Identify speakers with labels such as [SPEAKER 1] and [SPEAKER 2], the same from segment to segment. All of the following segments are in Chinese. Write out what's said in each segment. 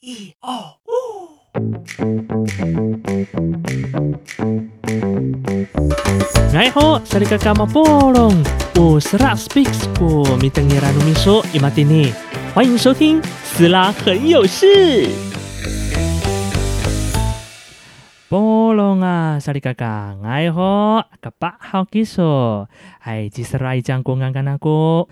[SPEAKER 1] 一哦哦。
[SPEAKER 2] 哎吼，萨利嘎嘎马波隆，我是拉 speaks 我米登耶拉努米说伊马蒂尼，欢迎收听斯拉很有事。波隆啊，萨利嘎嘎，哎吼，嘎巴好基说，哎吉斯拉伊将公安干那个。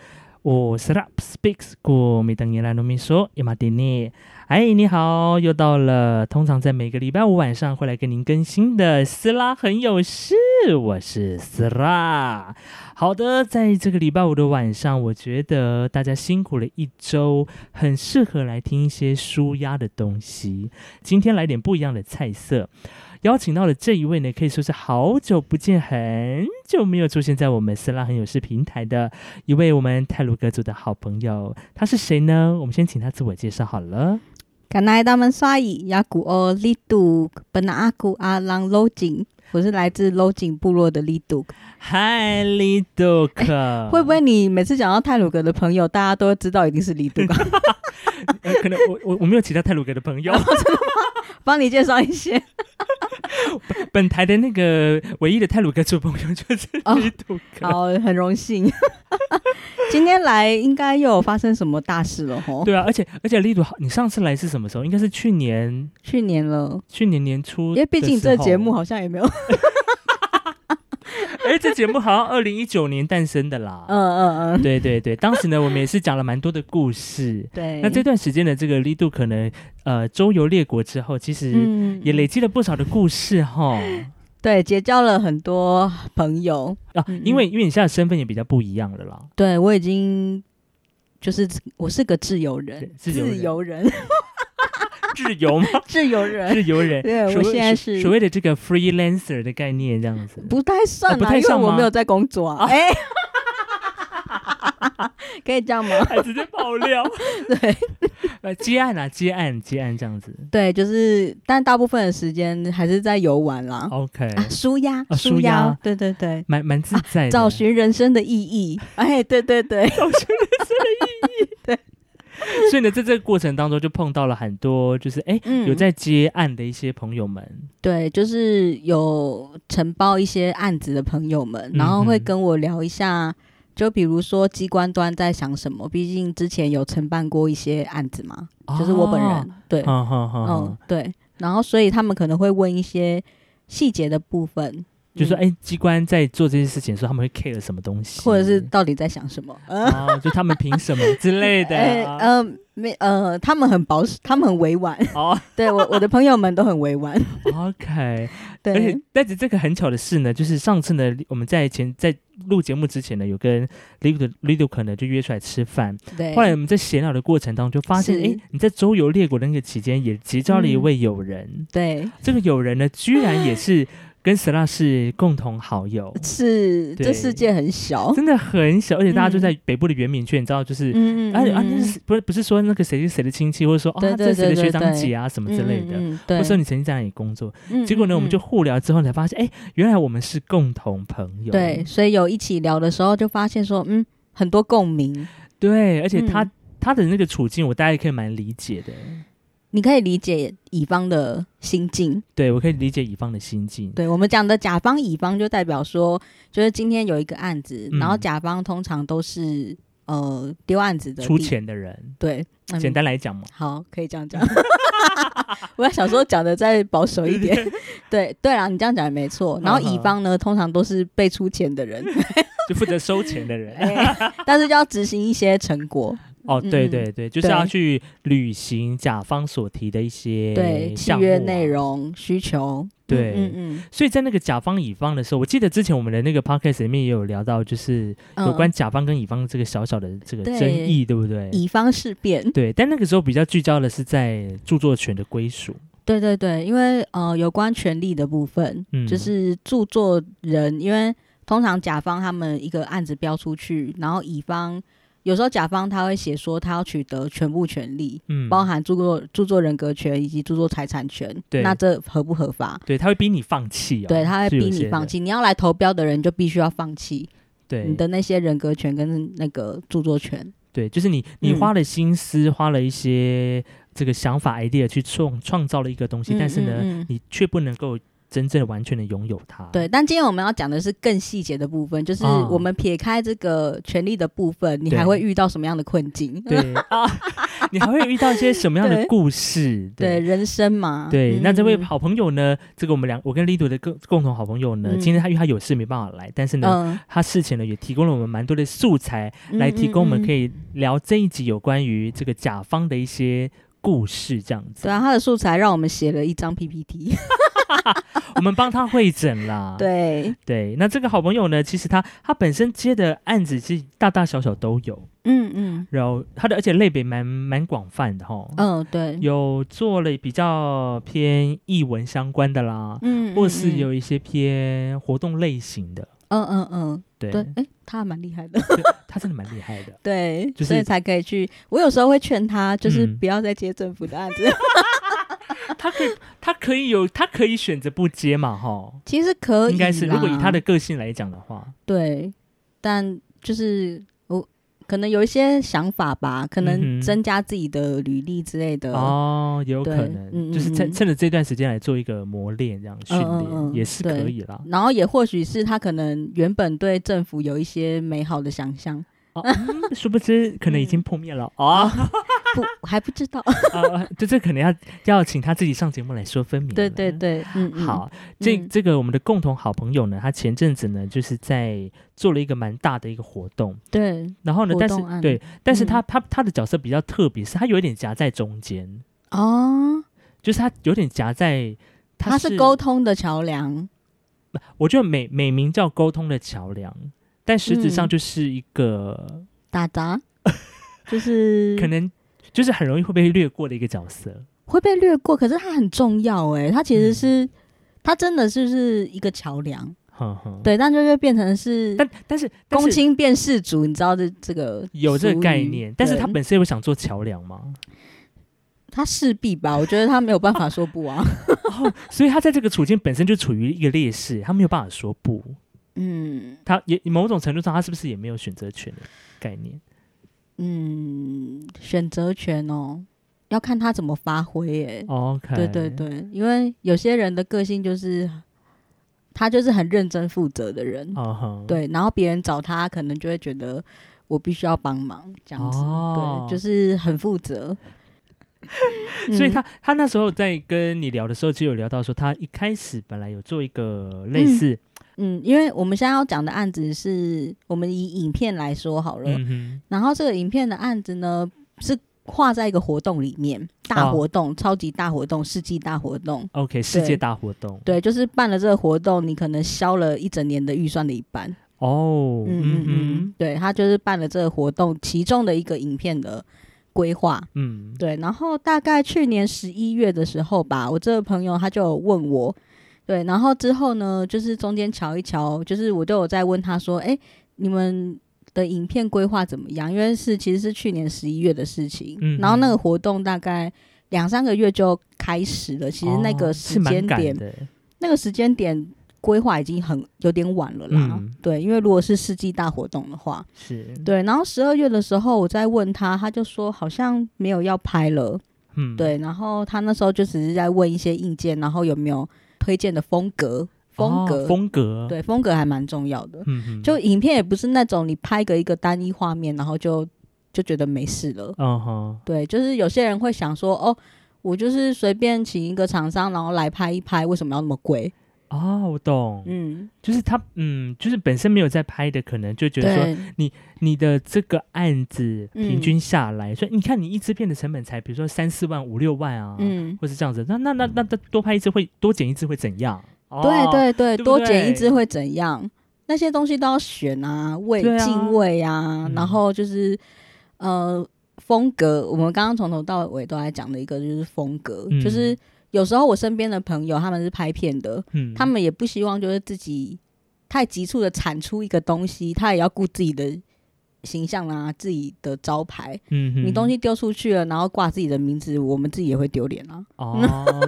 [SPEAKER 2] 我是 Rap Speaks 古米登耶拉努米说伊马蒂尼，哎，你好，又到了通常在每个礼拜五晚上会来跟您更新的斯拉很有事，我是斯拉。好的，在这个礼拜五的晚上，我觉得大家辛苦了一周，很适合来听一些舒压的东西。今天来点不一样的菜色。邀请到的这一位呢，可以说是好久不见，很久没有出现在我们斯拉很有事平台的一位我们泰鲁格族的好朋友，他是谁呢？我们先请他自我介绍好了。
[SPEAKER 3] 敢来他们刷椅雅古欧利杜本拿阿古阿朗楼井，我是来自楼井部落的利杜。
[SPEAKER 2] 嗨，李杜克，
[SPEAKER 3] 哎会不会你每次讲到泰鲁格的朋友，大家都知道一定是利杜？
[SPEAKER 2] 呃可能我我我没有其他泰鲁格的朋
[SPEAKER 3] 哦
[SPEAKER 2] 友，
[SPEAKER 3] 帮你介绍一些
[SPEAKER 2] 本台的那个唯一的泰鲁格族朋友就是
[SPEAKER 3] 哦
[SPEAKER 2] 李杜克。
[SPEAKER 3] 好，很荣幸。今天来应该又有发生什么大事了吼？
[SPEAKER 2] 对啊，而且而且李杜，你上次来是什么时候？应该是去年
[SPEAKER 3] 去年了，
[SPEAKER 2] 去年年初，
[SPEAKER 3] 哦因为毕竟这节目，好像也没有，
[SPEAKER 2] 哎，这节目好像二零一九年诞生的啦。
[SPEAKER 3] 嗯嗯嗯，
[SPEAKER 2] 对对对，当时呢，我们也是讲了蛮多的故事。
[SPEAKER 3] 对。
[SPEAKER 2] 那这段时间的这个力度，可能呃周游列国之后，其实
[SPEAKER 3] 嗯
[SPEAKER 2] 也累积了不少的故事哈、
[SPEAKER 3] 对结交了很多朋友，
[SPEAKER 2] 啊
[SPEAKER 3] 嗯，嗯
[SPEAKER 2] 因为因为你现在身份也比较不一样了啦。
[SPEAKER 3] 对我已经就是我是个自由人，
[SPEAKER 2] 对自由人
[SPEAKER 3] 人
[SPEAKER 2] 自由 吗？
[SPEAKER 3] 自由人
[SPEAKER 2] 自由人，
[SPEAKER 3] 对
[SPEAKER 2] 所谓
[SPEAKER 3] 我现在
[SPEAKER 2] 所
[SPEAKER 3] 是
[SPEAKER 2] 所谓的这个 freelancer 的概念，这样子。
[SPEAKER 3] 不太算
[SPEAKER 2] 啊不
[SPEAKER 3] 啦、
[SPEAKER 2] 太
[SPEAKER 3] 因为
[SPEAKER 2] 算吗
[SPEAKER 3] 我没有在工作啊。哎、可以这样吗？
[SPEAKER 2] 还直接爆料，
[SPEAKER 3] 对
[SPEAKER 2] 呃，接案啊，接案，接案这样子。
[SPEAKER 3] 对，就是，但大部分的时间还是在游玩啦。
[SPEAKER 2] OK，
[SPEAKER 3] 啊，舒压，
[SPEAKER 2] 哦啊舒
[SPEAKER 3] 舒
[SPEAKER 2] 压
[SPEAKER 3] 压，对对对，
[SPEAKER 2] 蛮蛮自在的。
[SPEAKER 3] 找寻人生的 意义。哎，对对对，
[SPEAKER 2] 所以呢，在这个过程当中，就碰到了很多，就是哎、
[SPEAKER 3] 嗯
[SPEAKER 2] 有在接案的一些朋友们。
[SPEAKER 3] 对，就是有承包一些案子的朋友们，然后
[SPEAKER 2] 嗯
[SPEAKER 3] 会
[SPEAKER 2] 哼
[SPEAKER 3] 跟我聊一下，就比如说机关端在想什么，毕竟之前有承办过一些案子嘛，就是我本人，
[SPEAKER 2] 哦。
[SPEAKER 3] 对，
[SPEAKER 2] 好好好，
[SPEAKER 3] 嗯
[SPEAKER 2] 好，
[SPEAKER 3] 对。然后，所以他们可能会问一些细节的部分，
[SPEAKER 2] 就说
[SPEAKER 3] 嗯
[SPEAKER 2] 哎、机关在做这些事情的时候，他们会 care 什么东西，
[SPEAKER 3] 或者是到底在想什么？呃
[SPEAKER 2] 哦，就他们凭什么之类的
[SPEAKER 3] 呃
[SPEAKER 2] 啊、
[SPEAKER 3] 呃，没呃，他们很保守，他们很委婉。
[SPEAKER 2] 哦
[SPEAKER 3] 对我，我的朋友们都很委婉。
[SPEAKER 2] ，OK，而且
[SPEAKER 3] 对，
[SPEAKER 2] 但是这个很巧的是呢，就是上次呢，我们在前在录节目之前呢，有跟 Lido Lido 可能就约出来吃饭，
[SPEAKER 3] 对，
[SPEAKER 2] 后来我们在闲聊的过程当中发现，
[SPEAKER 3] 是
[SPEAKER 2] 哎、你在周游列国的那个期间也结交了一
[SPEAKER 3] 嗯啊
[SPEAKER 2] 位友人，
[SPEAKER 3] 对
[SPEAKER 2] 这个友人呢，居然也是跟 s a r a 是共同好友，
[SPEAKER 3] 哦是
[SPEAKER 2] 对
[SPEAKER 3] 这世界很小。
[SPEAKER 2] 真的很小，而且大家就
[SPEAKER 3] 嗯
[SPEAKER 2] 在北部的圆明圈，你知道就是。
[SPEAKER 3] 嗯
[SPEAKER 2] 而且啊，那是不是不是说那个谁是谁的亲戚，或者说哦，
[SPEAKER 3] 对
[SPEAKER 2] 他
[SPEAKER 3] 对
[SPEAKER 2] 这是谁的
[SPEAKER 3] 对
[SPEAKER 2] 学
[SPEAKER 3] 对
[SPEAKER 2] 长
[SPEAKER 3] 对
[SPEAKER 2] 姐啊什么之类的，
[SPEAKER 3] 嗯嗯嗯
[SPEAKER 2] 或者说
[SPEAKER 3] 对。
[SPEAKER 2] 你曾经在哪里工作？
[SPEAKER 3] 嗯
[SPEAKER 2] 结果呢，
[SPEAKER 3] 嗯
[SPEAKER 2] 我们就
[SPEAKER 3] 嗯
[SPEAKER 2] 互聊之后才发现，哎，原来我们是共同朋友。
[SPEAKER 3] 对，所以有一起聊的时候，就发现说，嗯，很多共鸣，
[SPEAKER 2] 对，而且他
[SPEAKER 3] 嗯
[SPEAKER 2] 他的那个处境，我大概可以蛮理解的。
[SPEAKER 3] 你可以理解乙方的心境。
[SPEAKER 2] 对，我可以理解乙方的心境。
[SPEAKER 3] 对我们讲的甲方乙方，就代表说，就是今天有一个案子，
[SPEAKER 2] 嗯
[SPEAKER 3] 然后甲方通常都是呃丢案子的
[SPEAKER 2] 出
[SPEAKER 3] 地，
[SPEAKER 2] 钱的人，
[SPEAKER 3] 对，嗯
[SPEAKER 2] 简单来讲嘛，
[SPEAKER 3] 好，可以这样讲。 我要想说讲的再保守一点，对对啦，你这样讲也没错。
[SPEAKER 2] 嗯
[SPEAKER 3] 然后乙方呢，通常都是被出钱 的人，
[SPEAKER 2] 就负责收钱的 人。
[SPEAKER 3] 哎但是就要执行一些成 果，
[SPEAKER 2] 哦，对
[SPEAKER 3] 嗯
[SPEAKER 2] 对对，就是
[SPEAKER 3] 对
[SPEAKER 2] 要去履行甲方所提的一些
[SPEAKER 3] 对契
[SPEAKER 2] 项目
[SPEAKER 3] 约
[SPEAKER 2] 啊
[SPEAKER 3] 内。容、需求，
[SPEAKER 2] 对
[SPEAKER 3] 嗯嗯
[SPEAKER 2] 所以在那个甲方乙方的时候，我记得之前我们的那个 podcast 里面也有聊到，就是
[SPEAKER 3] 嗯，
[SPEAKER 2] 有关
[SPEAKER 3] 嗯
[SPEAKER 2] 甲方跟乙方这个小小的这个
[SPEAKER 3] 对
[SPEAKER 2] 争议，对不对？
[SPEAKER 3] 乙方事变，
[SPEAKER 2] 对，但那个时候比较聚焦的是在著作权的归属。
[SPEAKER 3] 对对对，因为呃，有关权利的部分，
[SPEAKER 2] 嗯
[SPEAKER 3] 就是著作人，因为通常甲方他们一个案子标出去，然后乙方有时候甲方他会写说他要取得全部权利，
[SPEAKER 2] 嗯，
[SPEAKER 3] 包含著作著作人格权以及著作财产权，
[SPEAKER 2] 对
[SPEAKER 3] 那这合不合法？
[SPEAKER 2] 对，他会逼你放弃哦。
[SPEAKER 3] 对，他会
[SPEAKER 2] 是有
[SPEAKER 3] 逼
[SPEAKER 2] 些
[SPEAKER 3] 你
[SPEAKER 2] 人
[SPEAKER 3] 放。弃。你要来投标的人就必须要放弃
[SPEAKER 2] 对啊
[SPEAKER 3] 你，的那些人格权跟那个著作权。
[SPEAKER 2] 对，就是你你
[SPEAKER 3] 嗯
[SPEAKER 2] 花了心思，花了一些这个想法 idea 去创创造了一个东西，但是呢，
[SPEAKER 3] 嗯嗯嗯
[SPEAKER 2] 你却不能够真正完全的拥有它。
[SPEAKER 3] 对，但今天我们要讲的是更细节的部分，就是
[SPEAKER 2] 啊
[SPEAKER 3] 我们撇开这个权利的部分，你
[SPEAKER 2] 对
[SPEAKER 3] 还会遇到什么样的困境？
[SPEAKER 2] 对啊， 你还会遇到一些什么样的
[SPEAKER 3] 对
[SPEAKER 2] 故事？
[SPEAKER 3] 对人生嘛。
[SPEAKER 2] 对，那这位
[SPEAKER 3] 嗯
[SPEAKER 2] 好朋友呢？这个我们两，我跟 Lido 的共共同好朋友呢，
[SPEAKER 3] 嗯
[SPEAKER 2] 今天他因为他有事没办法来，但是呢，
[SPEAKER 3] 嗯，
[SPEAKER 2] 他事前呢也提供了我们蛮多的素材，来提供我们可
[SPEAKER 3] 以。
[SPEAKER 2] 以聊这一集有关于这个甲方的一些故事这样子。
[SPEAKER 3] 对啊，他的素材让我们写了一张 PPT。
[SPEAKER 2] 我们帮他会诊啦。
[SPEAKER 3] 对，
[SPEAKER 2] 对那这个好朋友呢，其实他他本身接的案子其实大大小小都有，
[SPEAKER 3] 嗯嗯
[SPEAKER 2] 然后他的而且类别蛮蛮广泛的哈。
[SPEAKER 3] 嗯，对，
[SPEAKER 2] 哦有做了比较偏译文相关的啦，
[SPEAKER 3] 嗯，
[SPEAKER 2] 或是
[SPEAKER 3] 嗯，
[SPEAKER 2] 有一些偏活动类型的。
[SPEAKER 3] 嗯嗯嗯，
[SPEAKER 2] 对，
[SPEAKER 3] 对，哎，他还蛮厉害的，。
[SPEAKER 2] 对 他真的蛮厉害的
[SPEAKER 3] 对，
[SPEAKER 2] 就是
[SPEAKER 3] 所以才可以去。我有时候会劝他，就是
[SPEAKER 2] 嗯
[SPEAKER 3] 不要再接政府的案子。
[SPEAKER 2] 他可以，他可以有，他可以选择不接嘛，哈，
[SPEAKER 3] 其实可以啦，
[SPEAKER 2] 应该是。如果以他的个性来讲的话，
[SPEAKER 3] 对，但就是我可能有一些想法吧，可
[SPEAKER 2] 嗯
[SPEAKER 3] 能
[SPEAKER 2] 哼
[SPEAKER 3] 增加自己的履历之类的。
[SPEAKER 2] 哦，也有可
[SPEAKER 3] 嗯对
[SPEAKER 2] 能，
[SPEAKER 3] 嗯
[SPEAKER 2] 就是
[SPEAKER 3] 嗯
[SPEAKER 2] 趁
[SPEAKER 3] 嗯
[SPEAKER 2] 趁着这段时间来做一个磨练，这样训练、
[SPEAKER 3] 嗯嗯
[SPEAKER 2] 也是
[SPEAKER 3] 对
[SPEAKER 2] 可以啦。
[SPEAKER 3] 然后也或许是他可能原本对政府有一些美好的想象，
[SPEAKER 2] 哦，嗯殊不知可能已经破灭了 哦，
[SPEAKER 3] 不还不知道。
[SPEAKER 2] 啊，就这可能要要请他自己上节目来说分明了。
[SPEAKER 3] 对对对，嗯，嗯，
[SPEAKER 2] 好，这
[SPEAKER 3] 嗯
[SPEAKER 2] 这个我们的共同好朋友呢，他前阵子呢就是在做了一个蛮大的一个活动，
[SPEAKER 3] 对
[SPEAKER 2] 然后呢，
[SPEAKER 3] 活
[SPEAKER 2] 但是
[SPEAKER 3] 动案
[SPEAKER 2] 对，但是他、
[SPEAKER 3] 嗯
[SPEAKER 2] 他他的角色比较特别，是他有一点夹在中间，
[SPEAKER 3] 哦，
[SPEAKER 2] 就是他有点夹在，
[SPEAKER 3] 他
[SPEAKER 2] 是
[SPEAKER 3] 是沟，通的桥梁。
[SPEAKER 2] 我觉得美美名叫沟通的桥梁，但实质上
[SPEAKER 3] 嗯
[SPEAKER 2] 就是一个、
[SPEAKER 3] 打杂， 就是
[SPEAKER 2] 可能就是很容易会被略过的一个角色，
[SPEAKER 3] 会被略过，可是它很重要哎、它其
[SPEAKER 2] 嗯
[SPEAKER 3] 实是、它真的就是一个桥梁，
[SPEAKER 2] 哼哼，
[SPEAKER 3] 对，但就是变成是
[SPEAKER 2] 但但是但
[SPEAKER 3] 公
[SPEAKER 2] 是
[SPEAKER 3] 卿变世主，你知道这这个
[SPEAKER 2] 有这
[SPEAKER 3] 俗
[SPEAKER 2] 个
[SPEAKER 3] 语
[SPEAKER 2] 概念，但是他
[SPEAKER 3] 对
[SPEAKER 2] 本身有想做桥梁吗？
[SPEAKER 3] 他势必吧，我觉得他没有办法说不啊，
[SPEAKER 2] 哦，所以他在这个处境本身就处于一个劣势，他没有办法说不，
[SPEAKER 3] 嗯
[SPEAKER 2] 他也某种程度上他是不是也没有选择权的概念？
[SPEAKER 3] 嗯，选择权哦，要看他怎么发挥哎、
[SPEAKER 2] OK，
[SPEAKER 3] 对对，对，因为有些人的个性就是他就是很认真负责的人，
[SPEAKER 2] 哦哼，
[SPEAKER 3] 对，然后别人找他，可能就会觉得我必须要帮忙这样子，
[SPEAKER 2] 哦
[SPEAKER 3] 对，就是很负责。
[SPEAKER 2] 所以
[SPEAKER 3] 嗯
[SPEAKER 2] 他他那时候在跟你聊的时候，就有聊到说，他一开始本来有做一个类似，
[SPEAKER 3] 嗯，因为我们现在要讲的案子是我们以影片来说好了，
[SPEAKER 2] 嗯哼，
[SPEAKER 3] 然后这个影片的案子呢是画在一个活动里面，大
[SPEAKER 2] 哦
[SPEAKER 3] 活动、超级大活动、世纪大活动。
[SPEAKER 2] OK 世界大活动，
[SPEAKER 3] 对，就是办了这个活动，你可能消了一整年的预算的一半。
[SPEAKER 2] 哦，
[SPEAKER 3] 嗯嗯
[SPEAKER 2] 嗯
[SPEAKER 3] 嗯，对他就是办了这个活动其中的一个影片的规划。
[SPEAKER 2] 嗯嗯，
[SPEAKER 3] 对，然后大概去年十一月的时候吧，我这个朋友他就有问我，对，然后之后呢，就是中间瞧一瞧，就是我都有在问他说，哎，你们的影片规划怎么样？因为是其实是去年十一月的事情，
[SPEAKER 2] 嗯
[SPEAKER 3] 然后
[SPEAKER 2] 嗯
[SPEAKER 3] 那个活动大概两三个月就开始了，其实那
[SPEAKER 2] 哦
[SPEAKER 3] 个
[SPEAKER 2] 是
[SPEAKER 3] 时
[SPEAKER 2] 蛮
[SPEAKER 3] 间
[SPEAKER 2] 赶
[SPEAKER 3] 点，
[SPEAKER 2] 的，
[SPEAKER 3] 那个时间点规划已经很有点晚了啦，
[SPEAKER 2] 嗯
[SPEAKER 3] 对，因为如果是世纪大活动的话，
[SPEAKER 2] 是，
[SPEAKER 3] 对，然后十二月的时候，我在问他，他就说好像没有要拍了。
[SPEAKER 2] 嗯，
[SPEAKER 3] 对，然后他那时候就只是在问一些硬件，然后有没有推荐的风格，风
[SPEAKER 2] 哦，
[SPEAKER 3] 格，
[SPEAKER 2] 风格，，
[SPEAKER 3] 对，风格还蛮重要的。
[SPEAKER 2] 嗯哼，
[SPEAKER 3] 就影片也不是那种你拍个一个单一画面，然后就就觉得没事了。
[SPEAKER 2] 嗯哼，
[SPEAKER 3] 对，就是有些人会想说，哦，我就是随便请一个厂商，然后来拍一拍，为什么要那么贵？
[SPEAKER 2] 哦，我懂，
[SPEAKER 3] 嗯，
[SPEAKER 2] 就是他，嗯，就是本身没有在拍的，可能就觉得说
[SPEAKER 3] 对，
[SPEAKER 2] 你的这个案子
[SPEAKER 3] 嗯
[SPEAKER 2] 平均下来，所以你看你一支片的成本才比如说三四万、五六万啊，
[SPEAKER 3] 嗯，
[SPEAKER 2] 或是这样子，那那那那那多拍一支会多剪一支会怎样？哦
[SPEAKER 3] 对对对，
[SPEAKER 2] 不
[SPEAKER 3] 多剪一
[SPEAKER 2] 对
[SPEAKER 3] 支会怎样？那些东西都要选啊，味
[SPEAKER 2] 对啊
[SPEAKER 3] 敬畏啊，
[SPEAKER 2] 嗯
[SPEAKER 3] 然后就是呃风格。我们刚刚从头到尾都在讲的一个就是风格，
[SPEAKER 2] 嗯
[SPEAKER 3] 就是有时候我身边的朋友他们是拍片的，
[SPEAKER 2] 嗯，
[SPEAKER 3] 他们也不希望就是自己太急促的产出一个东西，他也要顾自己的形象啊，自己的招牌。
[SPEAKER 2] 嗯哼
[SPEAKER 3] 你东西丢出去了，然后挂自己的名字，我们自己也会丢脸啊。
[SPEAKER 2] 哦，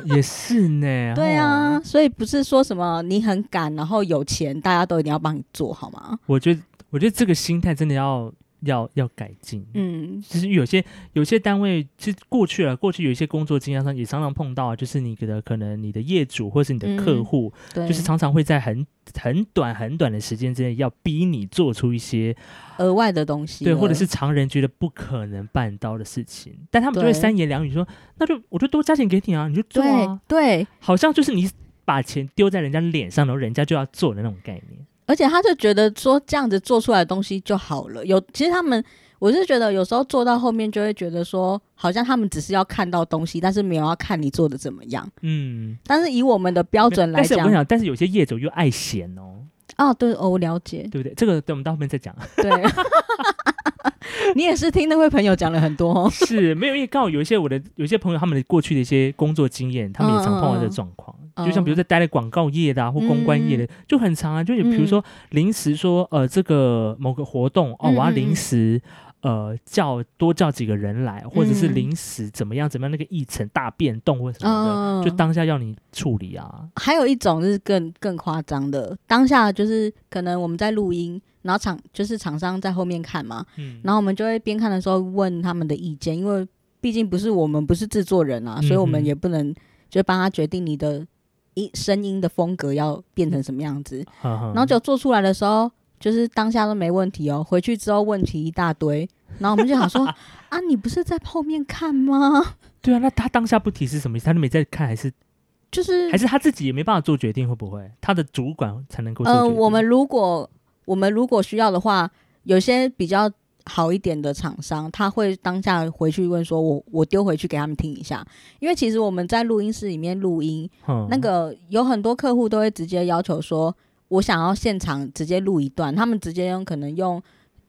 [SPEAKER 2] 也是呢，
[SPEAKER 3] 对啊
[SPEAKER 2] 哦，，
[SPEAKER 3] 所以不是说什么你很赶，然后有钱，大家都一定要帮你做好吗？
[SPEAKER 2] 我觉得我觉得这个心态真的要要要改进。
[SPEAKER 3] 嗯，
[SPEAKER 2] 其实有些有些单位，其实过去啊，过去有一些工作经验上也常常碰到啊，就是你的可能你的业主或是你的客
[SPEAKER 3] 嗯
[SPEAKER 2] 户，
[SPEAKER 3] 对，
[SPEAKER 2] 就是常常会在很很短很短的时间之内要逼你做出一些
[SPEAKER 3] 额外的东西了，
[SPEAKER 2] 对，或者是常人觉得不可能办到的事情，但他们就会
[SPEAKER 3] 对
[SPEAKER 2] 三言两语说，那就我就多加钱给你啊，你就做
[SPEAKER 3] 对
[SPEAKER 2] 啊，
[SPEAKER 3] 对，
[SPEAKER 2] 好像就是你把钱丢在人家脸上，然后人家就要做的那种概念。
[SPEAKER 3] 而且他就觉得说这样子做出来的东西就好了。有其实他们，我是觉得有时候做到后面就会觉得说，好像他们只是要看到东西，但是没有要看你做的怎么样。
[SPEAKER 2] 嗯，
[SPEAKER 3] 但是以我们的标哦准来
[SPEAKER 2] 但哎是我
[SPEAKER 3] 讲
[SPEAKER 2] 跟你，讲，但是有些业主又爱闲哦，
[SPEAKER 3] 哦，对哦，我了解。
[SPEAKER 2] 对不对？这个等我们到后面再讲。
[SPEAKER 3] 对， 你也是听那位朋友讲了很 多、哦。
[SPEAKER 2] 是没有，因为刚好有一些我的有一些朋友，他们的过去的一些工作经验，他们也常碰到这个状况。
[SPEAKER 3] 嗯嗯嗯
[SPEAKER 2] 就像比如在待在广告业的啊，或公关业的，就很常啊。就有比如说临时说，呃，这个某个活动哦，
[SPEAKER 3] 嗯
[SPEAKER 2] 我要
[SPEAKER 3] 嗯
[SPEAKER 2] 临
[SPEAKER 3] 嗯
[SPEAKER 2] 时。呃，叫多叫几个人来，或者是
[SPEAKER 3] 嗯
[SPEAKER 2] 临时怎么样怎么样那个议程大变动或什么的，
[SPEAKER 3] 嗯，
[SPEAKER 2] 就当下要你处理啊。
[SPEAKER 3] 还有一种是更更夸张的，当下就是可能我们在录音，然后厂就是厂商在后面看嘛，
[SPEAKER 2] 嗯，
[SPEAKER 3] 然后我们就会边看的时候问他们的意见，因为毕竟不是我们不是制作人啊，
[SPEAKER 2] 嗯哼
[SPEAKER 3] 所以我们也不能就帮他决定你的音声音的风格要变成什么样子。
[SPEAKER 2] 呵呵
[SPEAKER 3] 然后就做出来的时候，就是当下都没问题哦，回去之后问题一大堆。然后我们就想 说啊，你不是在后面看吗？
[SPEAKER 2] 对啊，那他当下不提是什么意思？他都没在看，还是
[SPEAKER 3] 就是
[SPEAKER 2] 还是他自己也没办法做决定，会不会他的主管才能够做决
[SPEAKER 3] 呃，
[SPEAKER 2] 定？
[SPEAKER 3] 我们如果我们如果需要的话，有些比较好一点的厂商，他会当下回去问说我，我丢回去给他们听一下，因为其实我们在录音室里面录音，
[SPEAKER 2] 哼
[SPEAKER 3] 那个有很多客户都会直接要求说，我想要现场直接录一段，他们直接用可能用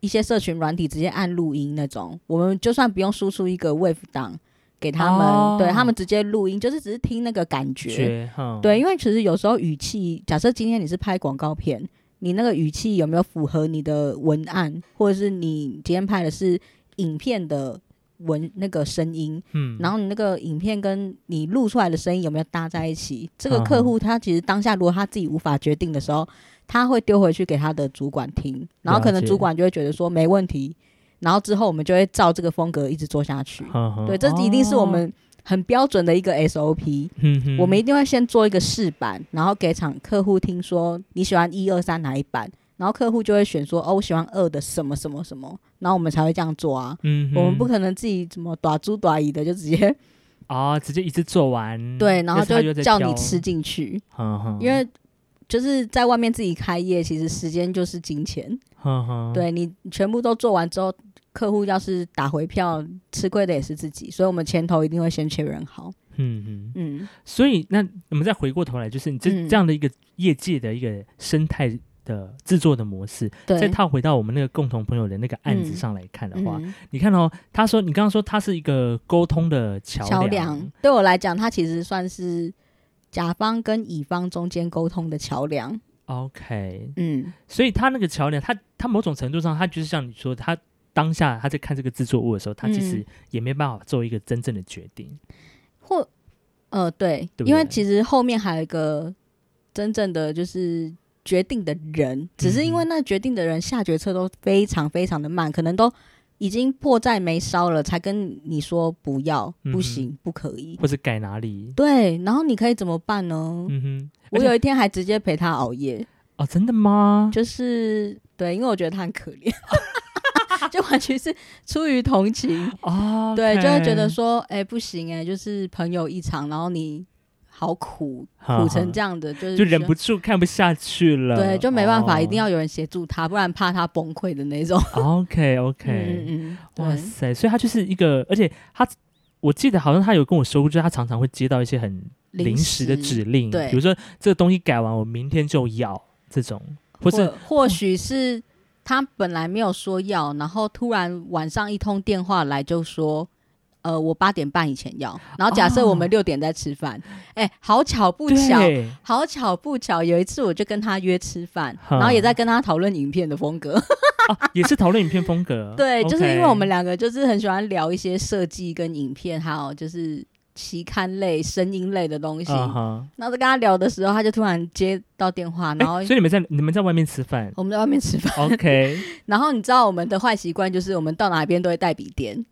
[SPEAKER 3] 一些社群软体直接按录音那种，我们就算不用输出一个 wave 档给他们，
[SPEAKER 2] 哦
[SPEAKER 3] 对他们直接录音，就是只是听那个感
[SPEAKER 2] 觉，哼
[SPEAKER 3] 对，因为其实有时候语气，假设今天你是拍广告片，你那个语气有没有符合你的文案，或者是你今天拍的是影片的文那个声音，
[SPEAKER 2] 嗯，
[SPEAKER 3] 然后你那个影片跟你录出来的声音有没有搭在一起？这个
[SPEAKER 2] 嗯
[SPEAKER 3] 客
[SPEAKER 2] 哼
[SPEAKER 3] 户他其实当下如果他自己无法决定的时候，他会丢回去给他的主管听，然后可能
[SPEAKER 2] 了解
[SPEAKER 3] 主管就会觉得说没问题，然后之后我们就会照这个风格一直做下去。
[SPEAKER 2] 呵呵
[SPEAKER 3] 对，这一定是我，
[SPEAKER 2] 哦
[SPEAKER 3] 们很标准的一个 SOP。
[SPEAKER 2] 嗯哼
[SPEAKER 3] 我们一定会先做一个试版，然后给厂客户听说你喜欢一二三哪一版，然后客户就会选说哦，我喜欢二的什么什么什么，然后我们才会这样做啊。
[SPEAKER 2] 嗯哼，
[SPEAKER 3] 我们不可能自己怎么短猪短椅的就直接、
[SPEAKER 2] 啊，直接一次做完，
[SPEAKER 3] 对，然后
[SPEAKER 2] 但是他
[SPEAKER 3] 就
[SPEAKER 2] 又在
[SPEAKER 3] 叫
[SPEAKER 2] 挑
[SPEAKER 3] 你吃，进去，
[SPEAKER 2] 呵呵
[SPEAKER 3] 因为就是在外面自己开业，其实时间就是金钱。
[SPEAKER 2] 呵呵，
[SPEAKER 3] 对你全部都做完之后，客户要是打回票，吃亏的也是自己，所以我们前头一定会先确认好。
[SPEAKER 2] 嗯哼，
[SPEAKER 3] 嗯，
[SPEAKER 2] 所以那我们再回过头来，就是你这
[SPEAKER 3] 嗯
[SPEAKER 2] 这样的一个业界的一个生态。的制作的模式，
[SPEAKER 3] 对。
[SPEAKER 2] 再套回到我们那个共同朋友的那个案子
[SPEAKER 3] 嗯
[SPEAKER 2] 上来看的话，
[SPEAKER 3] 嗯
[SPEAKER 2] 你看哦，他说你刚刚说它是一个沟通的
[SPEAKER 3] 桥
[SPEAKER 2] 桥
[SPEAKER 3] 梁，对我来讲，它其实算是甲方跟乙方中间沟通的桥梁。
[SPEAKER 2] OK，
[SPEAKER 3] 嗯，
[SPEAKER 2] 所以他那个桥梁，他他某种程度上，他就是像你说，他当下他在看这个制作物的时候，他其实
[SPEAKER 3] 嗯
[SPEAKER 2] 也没办法做一个真正的决定。
[SPEAKER 3] 或呃，对，
[SPEAKER 2] 对不对
[SPEAKER 3] 因为其实后面还有一个真正的就是决定的人，只是因
[SPEAKER 2] 嗯
[SPEAKER 3] 为那决定的人下决策都非常非常的慢，可能都已经迫在眉梢了，才跟你说不要、
[SPEAKER 2] 嗯
[SPEAKER 3] 不行、不可以。
[SPEAKER 2] 或是改哪里。
[SPEAKER 3] 对，然后你可以怎么办呢？
[SPEAKER 2] 嗯哼，
[SPEAKER 3] 我
[SPEAKER 2] 而且
[SPEAKER 3] 有一天还直接陪他熬夜，
[SPEAKER 2] 哦，真的吗？
[SPEAKER 3] 就是对，因为我觉得他很可怜， 就完全是出于同情，
[SPEAKER 2] 哦，
[SPEAKER 3] 对，就会觉得说，哎、不行、哎，就是朋友一场，然后你好苦，苦成这
[SPEAKER 2] 样，
[SPEAKER 3] 样的，就是
[SPEAKER 2] 嗯就忍不住看不下去了。
[SPEAKER 3] 对，就没办法，
[SPEAKER 2] 哦
[SPEAKER 3] 一定要有人协助他，不然怕他崩溃的那种。
[SPEAKER 2] OK
[SPEAKER 3] 嗯
[SPEAKER 2] OK，
[SPEAKER 3] 嗯嗯，
[SPEAKER 2] 哦哇
[SPEAKER 3] 对，
[SPEAKER 2] 塞！所以他就是一个，而且他，我记得好像他有跟我说过，就是他常常会接到一些很临时的指令，
[SPEAKER 3] 对
[SPEAKER 2] 比如说这个东西改完，我明天就要这种，或
[SPEAKER 3] 或
[SPEAKER 2] 是
[SPEAKER 3] 或许是他本来没有说要，然后突然晚上一通电话来就说。呃，我八点半以前要，然后假设我们
[SPEAKER 2] 哦
[SPEAKER 3] 六点在吃饭，哎、好巧不巧，
[SPEAKER 2] 对
[SPEAKER 3] 好巧不巧，有一次我就跟他约吃饭，
[SPEAKER 2] 哼
[SPEAKER 3] 然后也在跟他讨论影片的风格。 。
[SPEAKER 2] 啊，也是讨论影片风格
[SPEAKER 3] 对，就是因为
[SPEAKER 2] OK
[SPEAKER 3] 我们两个就是很喜欢聊一些设计跟影片，还有就是期刊类、声音类的东西。
[SPEAKER 2] 啊哈，哎
[SPEAKER 3] 然后在跟他聊的时候，他就突然接到电话，然后
[SPEAKER 2] 诶所以你们在你们在外面吃 饭
[SPEAKER 3] 我们在外面吃饭。
[SPEAKER 2] ，OK，
[SPEAKER 3] 然后你知道我们的坏习惯就是我们到哪边都会带笔电，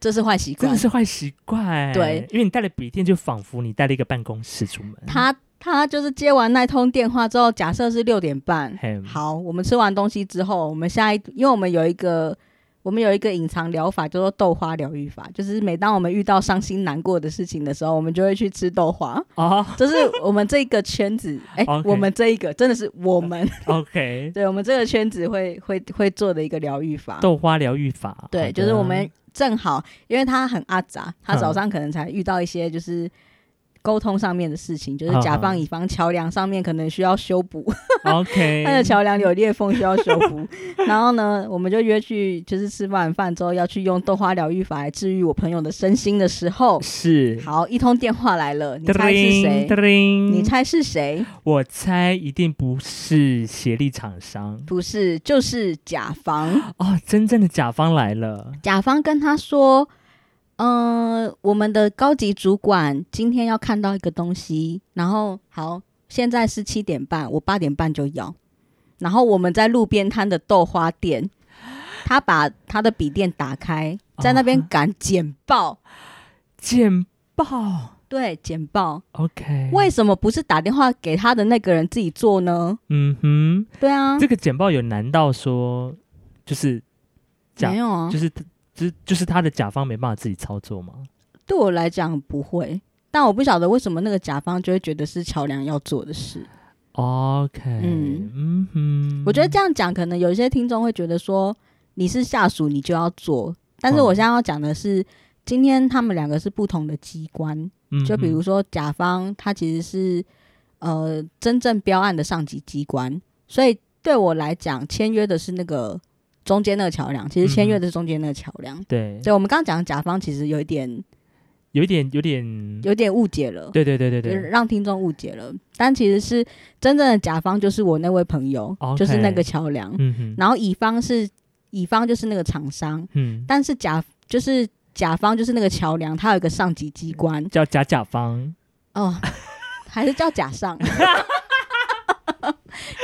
[SPEAKER 3] 这是坏习
[SPEAKER 2] 真
[SPEAKER 3] 惯
[SPEAKER 2] 的。是坏习惯。
[SPEAKER 3] 对，
[SPEAKER 2] 因为你带了笔电，就仿佛你带了一个办公室出门。
[SPEAKER 3] 他他就是接完那通电话之后，假设是六点半，
[SPEAKER 2] 嘿
[SPEAKER 3] 好，我们吃完东西之后，我们下一，因为我们有一个我们有一个隐藏疗法，叫做豆花疗愈法，就是每当我们遇到伤心难过的事情的时候，我们就会去吃豆 花。
[SPEAKER 2] 哦
[SPEAKER 3] 这是我们这个 圈子，哎、
[SPEAKER 2] OK
[SPEAKER 3] 我们这一个真的是我们，
[SPEAKER 2] ，OK，
[SPEAKER 3] 对我们这个圈子会会会做的一个疗愈法。
[SPEAKER 2] 豆花疗愈法，好
[SPEAKER 3] 对，
[SPEAKER 2] 的嗯
[SPEAKER 3] 就是我们正好，因为他很阿杂，他早上可能才遇到一些就是沟通上面的事情，就是甲方
[SPEAKER 2] 嗯
[SPEAKER 3] 乙方桥梁上面可能需要修补，
[SPEAKER 2] OK，
[SPEAKER 3] 他的桥梁有裂缝需要修 复。然后呢，我们就约去，就是吃完饭之后要去用豆花疗愈法来治愈我朋友的身心的时候，
[SPEAKER 2] 是，
[SPEAKER 3] 好，一通电话来了，你猜是谁？你
[SPEAKER 2] 你
[SPEAKER 3] 猜是谁？
[SPEAKER 2] 我猜一定不是协力厂商
[SPEAKER 3] 不是，就是甲方。
[SPEAKER 2] 哦，真正的甲方来了，
[SPEAKER 3] 甲方跟他说。嗯，我们的高级主管今天要看到一个东西，然后好，现在是七点半，我八点半就要。然后我们在路边摊的豆花店，他把他的笔电打开，在那边
[SPEAKER 2] 啊
[SPEAKER 3] 赶简报，
[SPEAKER 2] 简报
[SPEAKER 3] 对，简报。
[SPEAKER 2] ，OK，
[SPEAKER 3] 为什么不是打电话给他的那个人自己做呢？
[SPEAKER 2] 嗯
[SPEAKER 3] 对啊
[SPEAKER 2] 哼，，这个简报有难到说就是讲
[SPEAKER 3] 没有啊
[SPEAKER 2] 就，是就是就是他的甲方没办法自己操作吗？
[SPEAKER 3] 对我来讲不会。但我不晓得为什么那个甲方就会觉得是桥梁要做的事。
[SPEAKER 2] OK，
[SPEAKER 3] 嗯
[SPEAKER 2] 嗯哼，
[SPEAKER 3] 我觉得这样讲，可能有一些听众会觉得说你是下属，你就要做。但是
[SPEAKER 2] 嗯
[SPEAKER 3] 我现在要讲的是，今天他们两个是不同的机关。
[SPEAKER 2] 样
[SPEAKER 3] 就比如说甲
[SPEAKER 2] 嗯
[SPEAKER 3] 方，他其实是呃真正标案的上级机关，所以对我来讲，签约的是那个中间那个桥梁，其实签约的是中间那个桥梁。
[SPEAKER 2] 对，
[SPEAKER 3] 对，我们刚刚讲的甲方其实有一
[SPEAKER 2] 嗯
[SPEAKER 3] 点
[SPEAKER 2] 有一点有点，
[SPEAKER 3] 有一点误解了，
[SPEAKER 2] 对对对对
[SPEAKER 3] 就是
[SPEAKER 2] 对，
[SPEAKER 3] 让听众误解了。但其实是真正的甲方就是我那位朋友
[SPEAKER 2] OK
[SPEAKER 3] 就是那个桥梁。
[SPEAKER 2] 嗯哼，
[SPEAKER 3] 然后乙方是乙方就是那个厂商，
[SPEAKER 2] 嗯，
[SPEAKER 3] 但是甲就是甲方就是那个桥梁，它有一个上级机关
[SPEAKER 2] 叫甲甲方，
[SPEAKER 3] 哦，还是叫甲上，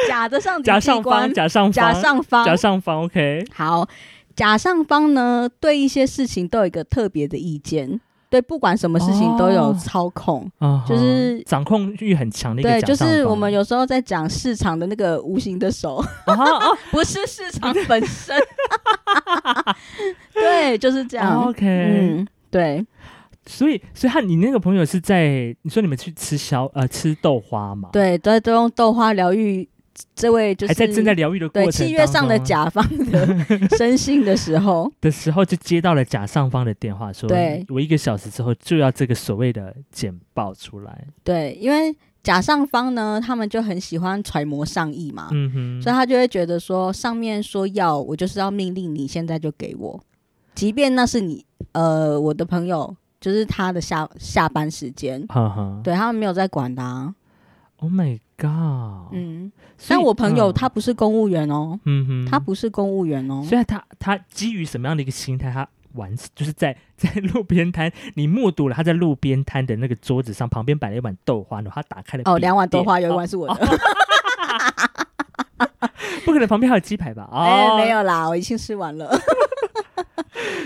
[SPEAKER 3] 甲的上级
[SPEAKER 2] 甲
[SPEAKER 3] 机
[SPEAKER 2] 上
[SPEAKER 3] 关
[SPEAKER 2] 方，，甲上方，
[SPEAKER 3] 甲上方，
[SPEAKER 2] 甲上方，OK，
[SPEAKER 3] 好，甲上方呢对一些事情都有一个特别的意见，对不管什么事情都有
[SPEAKER 2] 哦
[SPEAKER 3] 操控。
[SPEAKER 2] 啊哈，
[SPEAKER 3] 就是
[SPEAKER 2] 掌控欲很强的一个
[SPEAKER 3] 对，
[SPEAKER 2] 甲
[SPEAKER 3] 就
[SPEAKER 2] 上
[SPEAKER 3] 是我
[SPEAKER 2] 方
[SPEAKER 3] 们有时候在讲市场的那个无形的手，
[SPEAKER 2] 啊哈啊
[SPEAKER 3] 不是市场本身。 对，就是这样。
[SPEAKER 2] 啊，OK，
[SPEAKER 3] 嗯，对，
[SPEAKER 2] 所以所以他你那个朋友是在你说你们去吃小呃吃豆花嘛？，
[SPEAKER 3] 对，都都用豆花疗愈这位就是
[SPEAKER 2] 还在正在疗愈的过
[SPEAKER 3] 对
[SPEAKER 2] 程
[SPEAKER 3] 契约上的
[SPEAKER 2] 当中啊
[SPEAKER 3] 甲方的身心的时候，
[SPEAKER 2] 的时候，就接到了甲上方的电话说，哎
[SPEAKER 3] 对
[SPEAKER 2] 我一个小时之后就要这个所谓的简报出来。
[SPEAKER 3] 对，因为甲上方呢，他们就很喜欢揣摩上意嘛，
[SPEAKER 2] 嗯哼，
[SPEAKER 3] 啊所以他就会觉得说，上面说要，我就是要命令你现在就给我，即便那是你呃我的朋友，就是他的下下班时间，
[SPEAKER 2] 哈哈，
[SPEAKER 3] 对他们没有在管的、啊，
[SPEAKER 2] ，Oh my God，哦
[SPEAKER 3] 嗯，
[SPEAKER 2] 所以
[SPEAKER 3] 但我朋友
[SPEAKER 2] 嗯
[SPEAKER 3] 他不是公务员哦，
[SPEAKER 2] 嗯哼，
[SPEAKER 3] 他，不是公务员哦，
[SPEAKER 2] 虽然他他基于什么样的一个心态，他玩就是在在路边摊，你目睹了他在路边摊的那个桌子上旁边摆了一碗豆花，然后他打开了
[SPEAKER 3] 哦，
[SPEAKER 2] 笔
[SPEAKER 3] 两碗豆
[SPEAKER 2] 电
[SPEAKER 3] 花有一
[SPEAKER 2] 哦
[SPEAKER 3] 碗是我的，
[SPEAKER 2] 不可能旁边还有鸡排吧？哦，
[SPEAKER 3] 哎、没，有啦，我已经吃完了。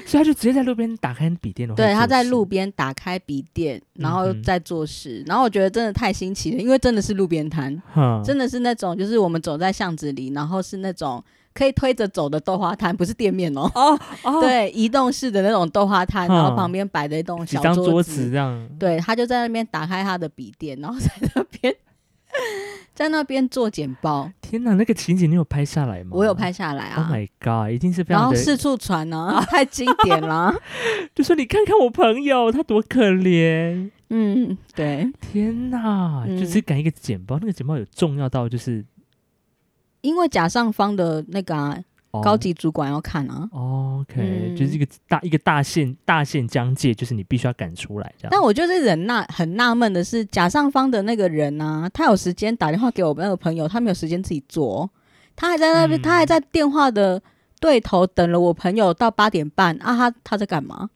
[SPEAKER 2] 所以他就直接在路边打开笔电的，
[SPEAKER 3] 对，他在路，边打开笔电，然后
[SPEAKER 2] 哦嗯哼
[SPEAKER 3] 在做事，然后我觉得真的太新奇了，因为真的是路边摊，
[SPEAKER 2] 哼
[SPEAKER 3] 真的是那种就是我们走在巷子里，然后是那种可以推着走的豆花摊，不是店面哦，
[SPEAKER 2] 哦哦，
[SPEAKER 3] 对，移动式的那种豆花摊，然后
[SPEAKER 2] 嗯
[SPEAKER 3] 旁边摆了一栋
[SPEAKER 2] 几
[SPEAKER 3] 小
[SPEAKER 2] 张
[SPEAKER 3] 桌
[SPEAKER 2] 桌子这样，
[SPEAKER 3] 对，他就在那边打开他的笔电，然后在那边 在那边做简报，
[SPEAKER 2] 天哪，那个情景你有拍下来吗？
[SPEAKER 3] 我有拍下来
[SPEAKER 2] 哦 Oh
[SPEAKER 3] 啊。
[SPEAKER 2] my god！一定是非
[SPEAKER 3] 然
[SPEAKER 2] 常
[SPEAKER 3] 后
[SPEAKER 2] 的，
[SPEAKER 3] 四处传 啊，太经典了。
[SPEAKER 2] 就说你看看我朋友，他多可怜！
[SPEAKER 3] 嗯，对，
[SPEAKER 2] 天哪，
[SPEAKER 3] 嗯
[SPEAKER 2] 就是赶一个简报，那个简报有重要到就是、
[SPEAKER 3] 因为甲上方的那个啊、
[SPEAKER 2] 哦
[SPEAKER 3] 高级主管要看啊，
[SPEAKER 2] OK，、
[SPEAKER 3] 嗯
[SPEAKER 2] 就是一个大一个大限大限将届，就是你必须要赶出来这样。
[SPEAKER 3] 但我就是很纳很纳闷的是，甲上方的那个人啊，他有时间打电话给我们那个朋友，他没有时间自己做哦，他还在那边，
[SPEAKER 2] 嗯
[SPEAKER 3] 他还在电话的对头等了我朋友到八点半啊，他他在干嘛？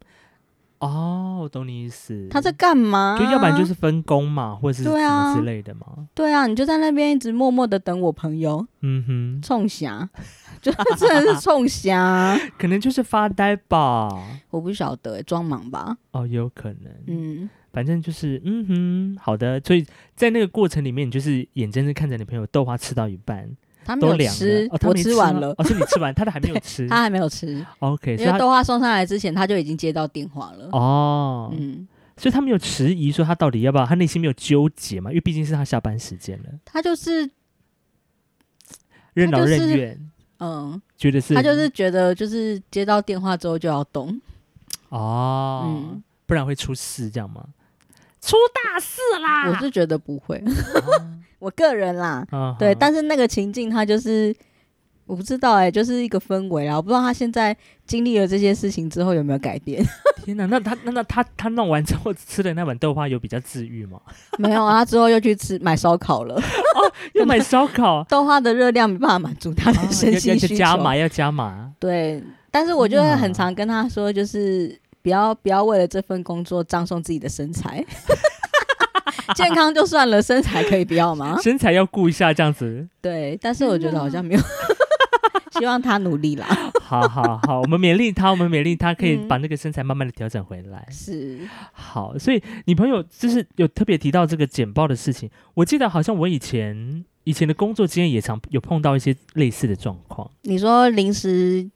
[SPEAKER 2] 哦，我懂你意思。
[SPEAKER 3] 他在干嘛？
[SPEAKER 2] 就要不然就是分工嘛，或者是什
[SPEAKER 3] 对啊
[SPEAKER 2] 么之类的嘛。
[SPEAKER 3] 对啊，你就在那边一直默默的等我朋友
[SPEAKER 2] 嗯
[SPEAKER 3] 冲霞， 就真的是冲 霞，
[SPEAKER 2] 哼，可能就是发呆吧。
[SPEAKER 3] 我不晓得、装忙吧？
[SPEAKER 2] 哦，有可能。
[SPEAKER 3] 嗯，
[SPEAKER 2] 反正就是，嗯哼，好的。所以在那个过程里面，你就是眼睁睁看着你朋友豆花吃到一半，
[SPEAKER 3] 他没
[SPEAKER 2] 都
[SPEAKER 3] 有
[SPEAKER 2] 凉了
[SPEAKER 3] 吃，，
[SPEAKER 2] 哦，他
[SPEAKER 3] 我
[SPEAKER 2] 没吃
[SPEAKER 3] 完
[SPEAKER 2] 吗
[SPEAKER 3] 了，
[SPEAKER 2] 哦，是你吃完，他的还没有吃。
[SPEAKER 3] 他还没有吃，
[SPEAKER 2] OK，所
[SPEAKER 3] 因
[SPEAKER 2] 以
[SPEAKER 3] 为
[SPEAKER 2] 他
[SPEAKER 3] 豆花送上来之前他就已经接到电话了。
[SPEAKER 2] 哦，
[SPEAKER 3] 嗯，
[SPEAKER 2] 所以他没有迟疑说他到底要不要，他内心没有纠结嘛，因为毕竟是他下班时间了，
[SPEAKER 3] 他就是
[SPEAKER 2] 任劳
[SPEAKER 3] 就是
[SPEAKER 2] 任怨，
[SPEAKER 3] 嗯，
[SPEAKER 2] 觉得是
[SPEAKER 3] 他就是觉得就是接到电话之后就要动，
[SPEAKER 2] 哦，
[SPEAKER 3] 嗯
[SPEAKER 2] 不然会出事这样吗？出大事啦！
[SPEAKER 3] 我是觉得不会，啊 我个人啦，
[SPEAKER 2] 啊
[SPEAKER 3] 对，
[SPEAKER 2] 哈
[SPEAKER 3] 但是那个情境他就是我不知道哎、就是一个氛围啦，我不知道他现在经历了这些事情之后有没有改变，
[SPEAKER 2] 天哪，那他那那他他弄完之后吃的那碗豆花有比较治愈吗？
[SPEAKER 3] 没有啊，他之后又去吃买烧烤了，
[SPEAKER 2] 要买烧烤，
[SPEAKER 3] 豆花的热量没办法满足他
[SPEAKER 2] 啊
[SPEAKER 3] 的 身
[SPEAKER 2] 要要
[SPEAKER 3] 心需求，
[SPEAKER 2] 加码要加码，
[SPEAKER 3] 对，但是我就会
[SPEAKER 2] 嗯
[SPEAKER 3] 很常跟他说，就是不要不要为了这份工作葬送自己的身材。 健康就算了，身材可以不要吗？
[SPEAKER 2] 身材要顾一下这样子。
[SPEAKER 3] 对，但是我觉得好像没有， 希望他努力啦。
[SPEAKER 2] 好好好，我们勉励他，我们勉励他可以
[SPEAKER 3] 嗯
[SPEAKER 2] 把那个身材慢慢的调整回来。
[SPEAKER 3] 是，
[SPEAKER 2] 好，所以你朋友就是有特别提到这个简报的事情，我记得好像我以前以前的工作经验也常有碰到一些类似的状况。
[SPEAKER 3] 你说临时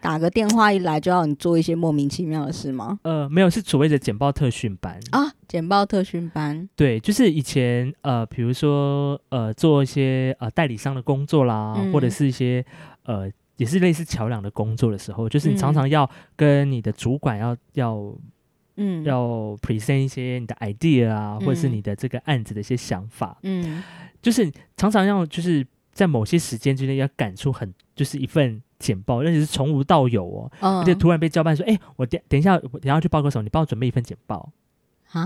[SPEAKER 3] 打个电话一来就要你做一些莫名其妙的事吗？
[SPEAKER 2] 呃，没有，是所谓的简报特训班
[SPEAKER 3] 啊，简报特训班，
[SPEAKER 2] 对，就是以前呃，比如说呃，做一些呃代理商的工作啦，
[SPEAKER 3] 嗯
[SPEAKER 2] 或者是一些呃，也是类似桥梁的工作的时候，就是你常
[SPEAKER 3] 嗯
[SPEAKER 2] 常要跟你的主管要要
[SPEAKER 3] 嗯，
[SPEAKER 2] 要 present 一些你的 idea 啊，或者是
[SPEAKER 3] 嗯
[SPEAKER 2] 你的这个案子的一些想法，
[SPEAKER 3] 嗯
[SPEAKER 2] 就是常常要就是在某些时间之内要赶出很就是一份简报，而且是从无到有哦，
[SPEAKER 3] 嗯
[SPEAKER 2] 而且突然被交办说，哎、我等等一下，我等一下要去报告什么，你帮我准备一份简报。
[SPEAKER 3] 啊，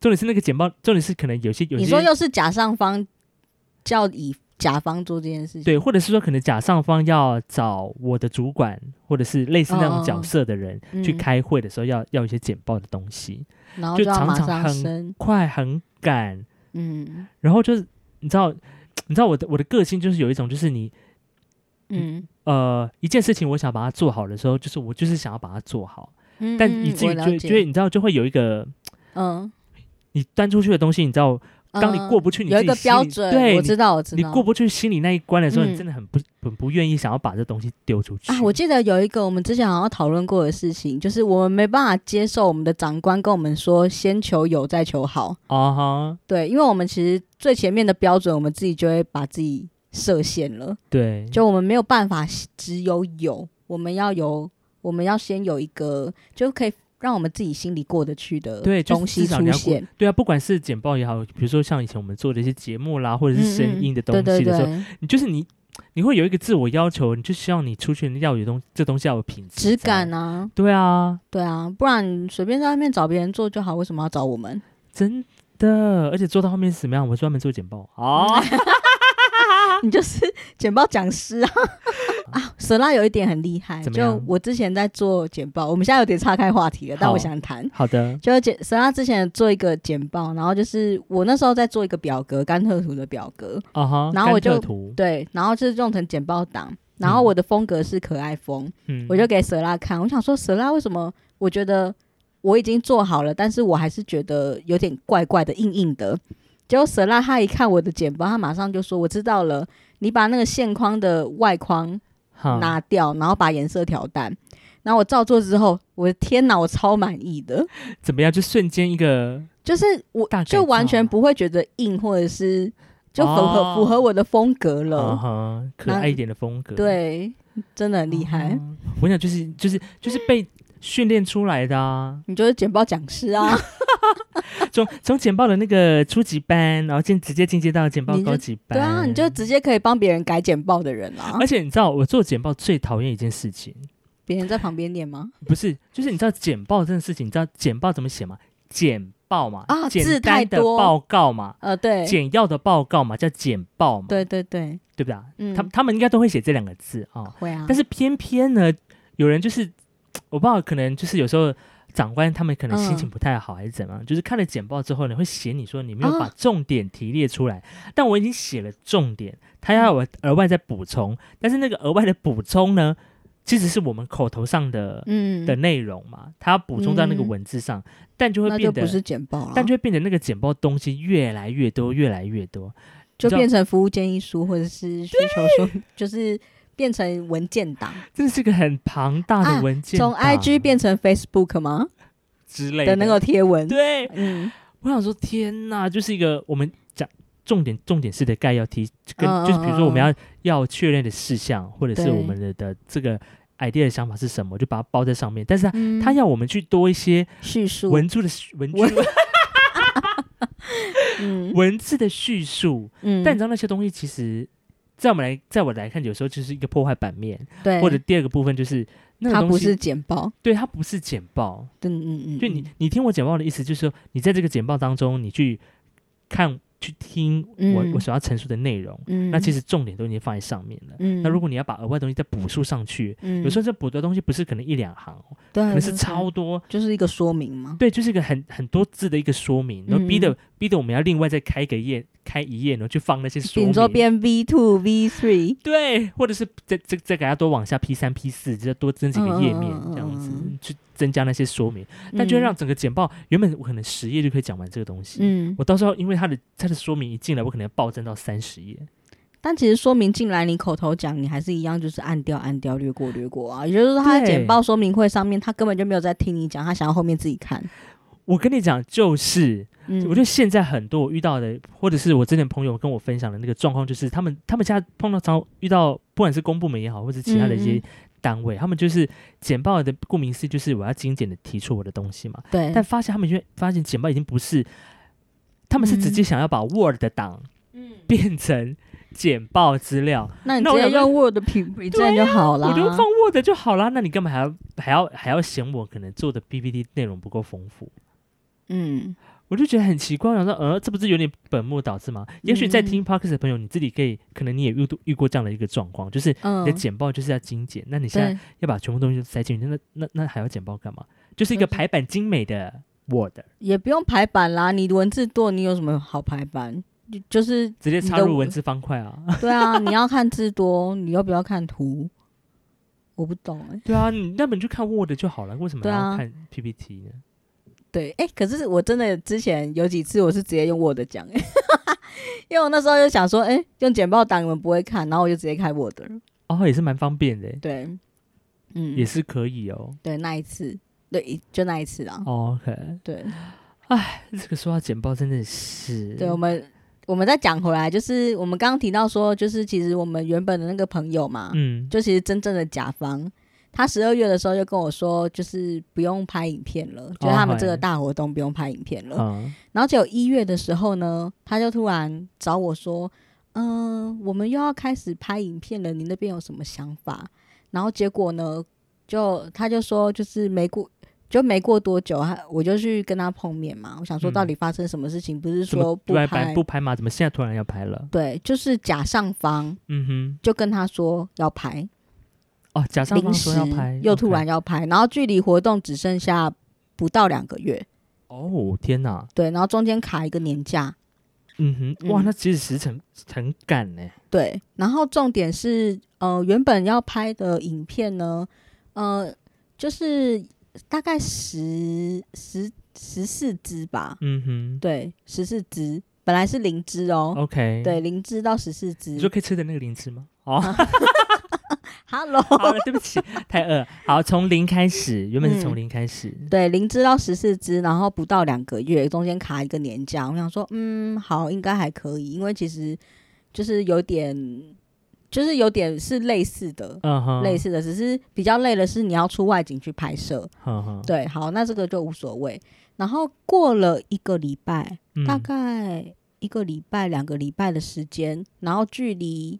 [SPEAKER 2] 重点是那个简报，重点是可能有些有些
[SPEAKER 3] 你说又是甲上方叫乙甲方做这件事情，
[SPEAKER 2] 对，或者是说可能甲上方要找我的主管，或者是类似那种角色的人、
[SPEAKER 3] 嗯
[SPEAKER 2] 去开会的时候要，要一些简报的东西，
[SPEAKER 3] 然后
[SPEAKER 2] 就
[SPEAKER 3] 就要
[SPEAKER 2] 常
[SPEAKER 3] 马
[SPEAKER 2] 常
[SPEAKER 3] 上
[SPEAKER 2] 很
[SPEAKER 3] 升，
[SPEAKER 2] 快很赶，
[SPEAKER 3] 嗯
[SPEAKER 2] 然后就是你知道，你知道我的我的个性就是有一种就是你
[SPEAKER 3] 嗯，
[SPEAKER 2] 呃一件事情我想把它做好的时候，就是我就是想要把它做好，
[SPEAKER 3] 嗯
[SPEAKER 2] 但
[SPEAKER 3] 嗯
[SPEAKER 2] 以至
[SPEAKER 3] 我
[SPEAKER 2] 于
[SPEAKER 3] 了
[SPEAKER 2] 就
[SPEAKER 3] 解
[SPEAKER 2] 就会你知道就会有一个
[SPEAKER 3] 嗯，
[SPEAKER 2] 你端出去的东西，你知道当你
[SPEAKER 3] 嗯
[SPEAKER 2] 过不去你
[SPEAKER 3] 有
[SPEAKER 2] 自
[SPEAKER 3] 一
[SPEAKER 2] 己
[SPEAKER 3] 个
[SPEAKER 2] 心
[SPEAKER 3] 标
[SPEAKER 2] 里
[SPEAKER 3] 准，
[SPEAKER 2] 对
[SPEAKER 3] 我知道我知道，
[SPEAKER 2] 你过不去心里那一关的时候，
[SPEAKER 3] 嗯
[SPEAKER 2] 你真的很不很不愿意想要把这东西丢出去
[SPEAKER 3] 啊，我记得有一个我们之前好像讨论过的事情，就是我们没办法接受我们的长官跟我们说先求有再求好，
[SPEAKER 2] 啊哈，
[SPEAKER 3] 对，因为我们其实最前面的标准，我们自己就会把自己设限了，
[SPEAKER 2] 对，
[SPEAKER 3] 就我们没有办法只有有，我们要有，我们要先有一个就可以让我们自己心里过得去的
[SPEAKER 2] 对，就
[SPEAKER 3] 东
[SPEAKER 2] 是
[SPEAKER 3] 西
[SPEAKER 2] 至少
[SPEAKER 3] 出
[SPEAKER 2] 你要过
[SPEAKER 3] 现，
[SPEAKER 2] 对啊，不管是简报也好，比如说像以前我们做的一些节目啦，或者是
[SPEAKER 3] 嗯
[SPEAKER 2] 声
[SPEAKER 3] 嗯
[SPEAKER 2] 音的东
[SPEAKER 3] 对
[SPEAKER 2] 西的
[SPEAKER 3] 对
[SPEAKER 2] 时候，
[SPEAKER 3] 对，
[SPEAKER 2] 你就是你你会有一个自我要求，你就希望你出去要有东这东西要有品质
[SPEAKER 3] 质
[SPEAKER 2] 在，
[SPEAKER 3] 感啊，
[SPEAKER 2] 对啊，
[SPEAKER 3] 对啊，不然随便在外面找别人做就好，为什么要找我们？
[SPEAKER 2] 真的，而且做到后面是怎么样？我专门做简报啊，
[SPEAKER 3] 嗯你就是 简报讲师啊！啊，舍拉有一点很厉害，
[SPEAKER 2] 怎么样
[SPEAKER 3] 就我之前在做简报，我们现在有点岔开话题了，但
[SPEAKER 2] 好
[SPEAKER 3] 我想谈。
[SPEAKER 2] 好 的，
[SPEAKER 3] 就是简舍拉之前做一个简报，然后就是我那时候在做一个表格，甘特图的表格，
[SPEAKER 2] 啊哈，
[SPEAKER 3] 然后我
[SPEAKER 2] 甘特
[SPEAKER 3] 就
[SPEAKER 2] 图，
[SPEAKER 3] 对，然后就是用成简报档，然后我的风格是可爱风，
[SPEAKER 2] 嗯
[SPEAKER 3] 我就给舍拉看，我想说舍拉为什么？我觉得我已经做好了，但是我还是觉得有点怪怪的、硬硬的。结果舍拉他一看我的简报，他马上就说：“我知道了，你把那个线框的外框
[SPEAKER 2] 哈
[SPEAKER 3] 拿掉，然后把颜色调淡。”然后我照做之后，我的天哪，我超满意的，
[SPEAKER 2] 怎么样？就瞬间一个
[SPEAKER 3] 就是我
[SPEAKER 2] 大改
[SPEAKER 3] 就完全
[SPEAKER 2] 造
[SPEAKER 3] 不会觉得硬，或者是就符合、
[SPEAKER 2] 哦
[SPEAKER 3] 符合我的风格了。
[SPEAKER 2] 啊哈，可
[SPEAKER 3] 那
[SPEAKER 2] 爱一点的风格，
[SPEAKER 3] 对，真的很厉害，
[SPEAKER 2] 啊我想就是就是就是被训练出来的啊。
[SPEAKER 3] 你就是简报讲师啊。
[SPEAKER 2] 从从简报的那个初级班，然后进直接进阶到简报
[SPEAKER 3] 你就
[SPEAKER 2] 高级班。
[SPEAKER 3] 对啊，你就直接可以帮别人改简报的人啊啦。
[SPEAKER 2] 而且你知道，我做简报最讨厌一件事情，
[SPEAKER 3] 别人在旁边念吗？
[SPEAKER 2] 不是，就是你知道简报这件事情，你知道简报怎么写吗？简报嘛，
[SPEAKER 3] 啊字
[SPEAKER 2] 简
[SPEAKER 3] 太
[SPEAKER 2] 单的
[SPEAKER 3] 多
[SPEAKER 2] 报告嘛，
[SPEAKER 3] 呃，对，
[SPEAKER 2] 简要的报告嘛，叫简报嘛，
[SPEAKER 3] 对对对，
[SPEAKER 2] 对不对啊？
[SPEAKER 3] 嗯
[SPEAKER 2] 他他们应该都会写这两个字啊、哦
[SPEAKER 3] 会啊。
[SPEAKER 2] 但
[SPEAKER 3] 是
[SPEAKER 2] 是偏偏呢，有人就是我不知道，可能就是有时候长官他们可能心情
[SPEAKER 3] 嗯
[SPEAKER 2] 不太好，还是怎么样？就是看了简报之后呢，会嫌你说你没有把
[SPEAKER 3] 啊
[SPEAKER 2] 重点提列出来。但我已经写了重点，他要我额外再补充，但是那个额外的补充呢，其实是我们口头上的、
[SPEAKER 3] 嗯，
[SPEAKER 2] 的内容嘛，他要补充到那个
[SPEAKER 3] 嗯
[SPEAKER 2] 文字上，但就会
[SPEAKER 3] 那就
[SPEAKER 2] 变得，
[SPEAKER 3] 不是简报了，啊
[SPEAKER 2] 但就会变得那个简报东西越来越多，越来越多。
[SPEAKER 3] 就
[SPEAKER 2] 知道
[SPEAKER 3] 变成服务建议书或者是需求书，就是变成文件档，
[SPEAKER 2] 这是个很庞大的
[SPEAKER 3] 啊
[SPEAKER 2] 文件档、
[SPEAKER 3] 从 IG 变成 Facebook 吗
[SPEAKER 2] 之类
[SPEAKER 3] 的那个贴文？
[SPEAKER 2] 对，
[SPEAKER 3] 嗯，
[SPEAKER 2] 我想说，天哪，就是一个我们讲重点重点式的概要提，跟
[SPEAKER 3] 嗯嗯
[SPEAKER 2] 就是比如说我们要
[SPEAKER 3] 嗯
[SPEAKER 2] 要确认的事项，或者是
[SPEAKER 3] 对
[SPEAKER 2] 我们的的这个 idea 的想法是什么，就把它包在上面。但是它、
[SPEAKER 3] 嗯
[SPEAKER 2] 它要我们去多一些
[SPEAKER 3] 叙述，
[SPEAKER 2] 文字的叙文
[SPEAKER 3] 文
[SPEAKER 2] 字
[SPEAKER 3] 嗯
[SPEAKER 2] 文字的叙述，
[SPEAKER 3] 嗯，
[SPEAKER 2] 但你知道那些东西其实。在我们来，在我来看，有时候就是一个破坏版面，
[SPEAKER 3] 对，
[SPEAKER 2] 或者第二个部分就是那个
[SPEAKER 3] 它
[SPEAKER 2] 东
[SPEAKER 3] 不
[SPEAKER 2] 西，
[SPEAKER 3] 是简报，
[SPEAKER 2] 对它不是简报，
[SPEAKER 3] 嗯嗯嗯，
[SPEAKER 2] 就你
[SPEAKER 3] 嗯，
[SPEAKER 2] 你听我简报的意思，就是说你在这个简报当中，你去看、去听我、
[SPEAKER 3] 嗯
[SPEAKER 2] 我所要陈述的内容，
[SPEAKER 3] 嗯，
[SPEAKER 2] 那其实重点都已经放在上面了。
[SPEAKER 3] 嗯，
[SPEAKER 2] 那如果你要把额外东西再补述上去，
[SPEAKER 3] 嗯
[SPEAKER 2] 有时候这补的东西不是可能一两行哦，
[SPEAKER 3] 对
[SPEAKER 2] 可能是
[SPEAKER 3] 对对
[SPEAKER 2] 超多，
[SPEAKER 3] 就是一个说明嘛，
[SPEAKER 2] 对，就是一个很很多字的一个说明，然后逼得、
[SPEAKER 3] 嗯
[SPEAKER 2] 逼得我们要另外再开一个页，开一页，然后去放那些说
[SPEAKER 3] 顶多
[SPEAKER 2] 明。
[SPEAKER 3] 变 V two V three，
[SPEAKER 2] 对，或者是再再再给它多往下 P 三 P 四，再多增几个页面
[SPEAKER 3] 嗯嗯嗯嗯
[SPEAKER 2] 这样子
[SPEAKER 3] 嗯，
[SPEAKER 2] 去增加那些说明，但就会
[SPEAKER 3] 嗯
[SPEAKER 2] 让整个简报原本我可能十页就可以讲完这个东西，
[SPEAKER 3] 嗯，
[SPEAKER 2] 我到时候因为它的它的说明一进来，我可能要暴增到三十页。
[SPEAKER 3] 但其实说明进来，你口头讲，你还是一样，就是按掉、按掉、略过、略过啊。也就是说，他在
[SPEAKER 2] 对
[SPEAKER 3] 简报说明会上面，他根本就没有在听你讲，他想要后面自己看。
[SPEAKER 2] 我跟你讲，就是
[SPEAKER 3] 嗯，
[SPEAKER 2] 我觉得现在很多我遇到的，或者是我之前朋友跟我分享的那个状况，就是他们他们家碰到常遇到，不管是公部门也好，或者其他的一
[SPEAKER 3] 嗯
[SPEAKER 2] 些
[SPEAKER 3] 嗯
[SPEAKER 2] 单位，他们就是简报的，顾名思义就是我要精简的提出我的东西嘛。
[SPEAKER 3] 对，
[SPEAKER 2] 但发现他们因为发现简报已经不是，他们是直
[SPEAKER 3] 嗯
[SPEAKER 2] 接想要把 Word 的档变成简报资料，
[SPEAKER 3] 那你
[SPEAKER 2] 那
[SPEAKER 3] 直
[SPEAKER 2] 我
[SPEAKER 3] 接
[SPEAKER 2] 想啊
[SPEAKER 3] 用 Word 品 present 就好啦。
[SPEAKER 2] 我就放 Word 就好啦。那你干嘛还要还要还要嫌我可能做的 PPT 内容不够丰富？
[SPEAKER 3] 嗯，
[SPEAKER 2] 我就觉得很奇怪，我想说，呃，这不是有点本末倒置吗？也许在
[SPEAKER 3] 嗯
[SPEAKER 2] 听 podcast 的朋友，你自己可以，可能你也遇到遇过这样的一个状况，就是你
[SPEAKER 3] 嗯
[SPEAKER 2] 的简报就是要精简，那你现在
[SPEAKER 3] 对，
[SPEAKER 2] 要把全部东西都塞进去，那那那还要简报干嘛？就是一个
[SPEAKER 3] 就是
[SPEAKER 2] 排版精美的 Word，
[SPEAKER 3] 也不用排版啦。你文字多，你有什么好排版？就就是
[SPEAKER 2] 直接插入
[SPEAKER 3] 你的
[SPEAKER 2] 文字方块啊。
[SPEAKER 3] 对啊，你要看字多，你要不要看图？我不懂哎、
[SPEAKER 2] 对啊，你那本就看 Word 就好了，为什么还
[SPEAKER 3] 对
[SPEAKER 2] 要
[SPEAKER 3] 啊
[SPEAKER 2] 看 PPT 呢？
[SPEAKER 3] 对，哎、可是我真的之前有几次我是直接用 Word 讲、 欸，因为我那时候就想说，哎、用简报档你们不会看，然后我就直接开 Word 了。
[SPEAKER 2] 哦，也是蛮方便的，
[SPEAKER 3] 对，嗯，
[SPEAKER 2] 也是可以哦。
[SPEAKER 3] 对，那一次，对，就那一次啦。
[SPEAKER 2] 哦 OK，
[SPEAKER 3] 对，
[SPEAKER 2] 这个说到简报真的是，
[SPEAKER 3] 对，我们我们再讲回来，就是我们刚刚提到说，就是其实我们原本的那个朋友嘛，
[SPEAKER 2] 嗯，
[SPEAKER 3] 就其实真正的甲方。他十二月的时候就跟我说，就是不用拍影片了，
[SPEAKER 2] 哦
[SPEAKER 3] 就是他们这个大活动不用拍影片了。
[SPEAKER 2] 嗯，
[SPEAKER 3] 然后结果一月的时候呢，他就突然找我说：“嗯、我们又要开始拍影片了，你那边有什么想法？”然后结果呢，就他就说，就是没过。就没过多久，他我就去跟他碰面嘛。我想说，
[SPEAKER 2] 嗯
[SPEAKER 3] 到底发生什么事情？不是
[SPEAKER 2] 怎
[SPEAKER 3] 说
[SPEAKER 2] 么
[SPEAKER 3] 不
[SPEAKER 2] 不
[SPEAKER 3] 拍，
[SPEAKER 2] 不拍嘛？怎么现在突然要拍了？
[SPEAKER 3] 对，就是假上方
[SPEAKER 2] 嗯哼。
[SPEAKER 3] 就跟他说要拍，
[SPEAKER 2] 哦，假上
[SPEAKER 3] 临
[SPEAKER 2] 方
[SPEAKER 3] 时
[SPEAKER 2] 说要拍，
[SPEAKER 3] 又
[SPEAKER 2] OK
[SPEAKER 3] 突然要拍，然后距离活动只剩下不到两个月，
[SPEAKER 2] 哦，天哪，
[SPEAKER 3] 对，然后中间卡一个年假，
[SPEAKER 2] 嗯哼，哇，
[SPEAKER 3] 嗯
[SPEAKER 2] 那其实时辰很赶呢。
[SPEAKER 3] 对，然后重点是，呃，原本要拍的影片呢，呃，就是大概十十十四支吧，
[SPEAKER 2] 嗯
[SPEAKER 3] 对，十四支，本来是零支哦，
[SPEAKER 2] 哼，OK，，
[SPEAKER 3] 对，零支到十四支
[SPEAKER 2] 你说可以吃的那个零吃吗？ 哦，好
[SPEAKER 3] ，Hello，
[SPEAKER 2] 了，对不起，太饿。好，从零开始，原本是从
[SPEAKER 3] 嗯
[SPEAKER 2] 零开始。
[SPEAKER 3] 对，零支到十四支，然后不到两个月，中间卡一个年假，我想说，嗯，好，应该还可以，因为其实就是有点，就是有点是类似的。
[SPEAKER 2] 嗯哼，
[SPEAKER 3] 类
[SPEAKER 2] 似，
[SPEAKER 3] 似的，只是比较累的是你要出外景去拍摄，
[SPEAKER 2] 嗯哼，
[SPEAKER 3] 对，好，那这个就无所谓。然后过了一个礼拜，
[SPEAKER 2] 嗯
[SPEAKER 3] 大概一个礼拜、两个礼拜的时间，然后距离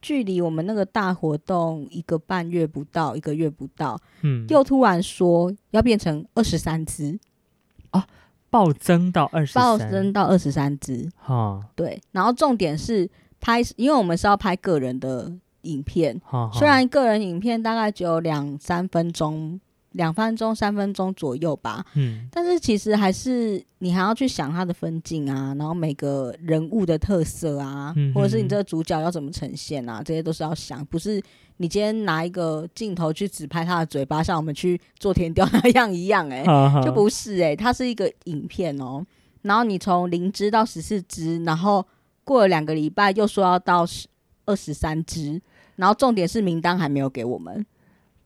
[SPEAKER 3] 距离我们那个大活动一个半月不到，一个月不到，
[SPEAKER 2] 嗯
[SPEAKER 3] 又突然说要变成二十三只，
[SPEAKER 2] 暴增到二十，
[SPEAKER 3] 暴增到二十三只，
[SPEAKER 2] 哈，
[SPEAKER 3] 对。然后重点是拍，因为我们是要拍个人的影片，
[SPEAKER 2] 哈哈，
[SPEAKER 3] 虽然个人影片大概只有两三分钟两分钟、三分钟左右吧。
[SPEAKER 2] 嗯
[SPEAKER 3] 但是其实还是你还要去想它的分镜啊，然后每个人物的特色啊，
[SPEAKER 2] 嗯哼
[SPEAKER 3] 或者是你这个主角要怎么呈现啊，这些都是要想，不是你今天拿一个镜头去只拍他的嘴巴，像我们去做填调那样一样、欸，
[SPEAKER 2] 啊哈
[SPEAKER 3] 就不是哎、它是一个影片哦。然后你从零只到十四只，然后过了两个礼拜又说要到二十三只，然后重点是名单还没有给我们，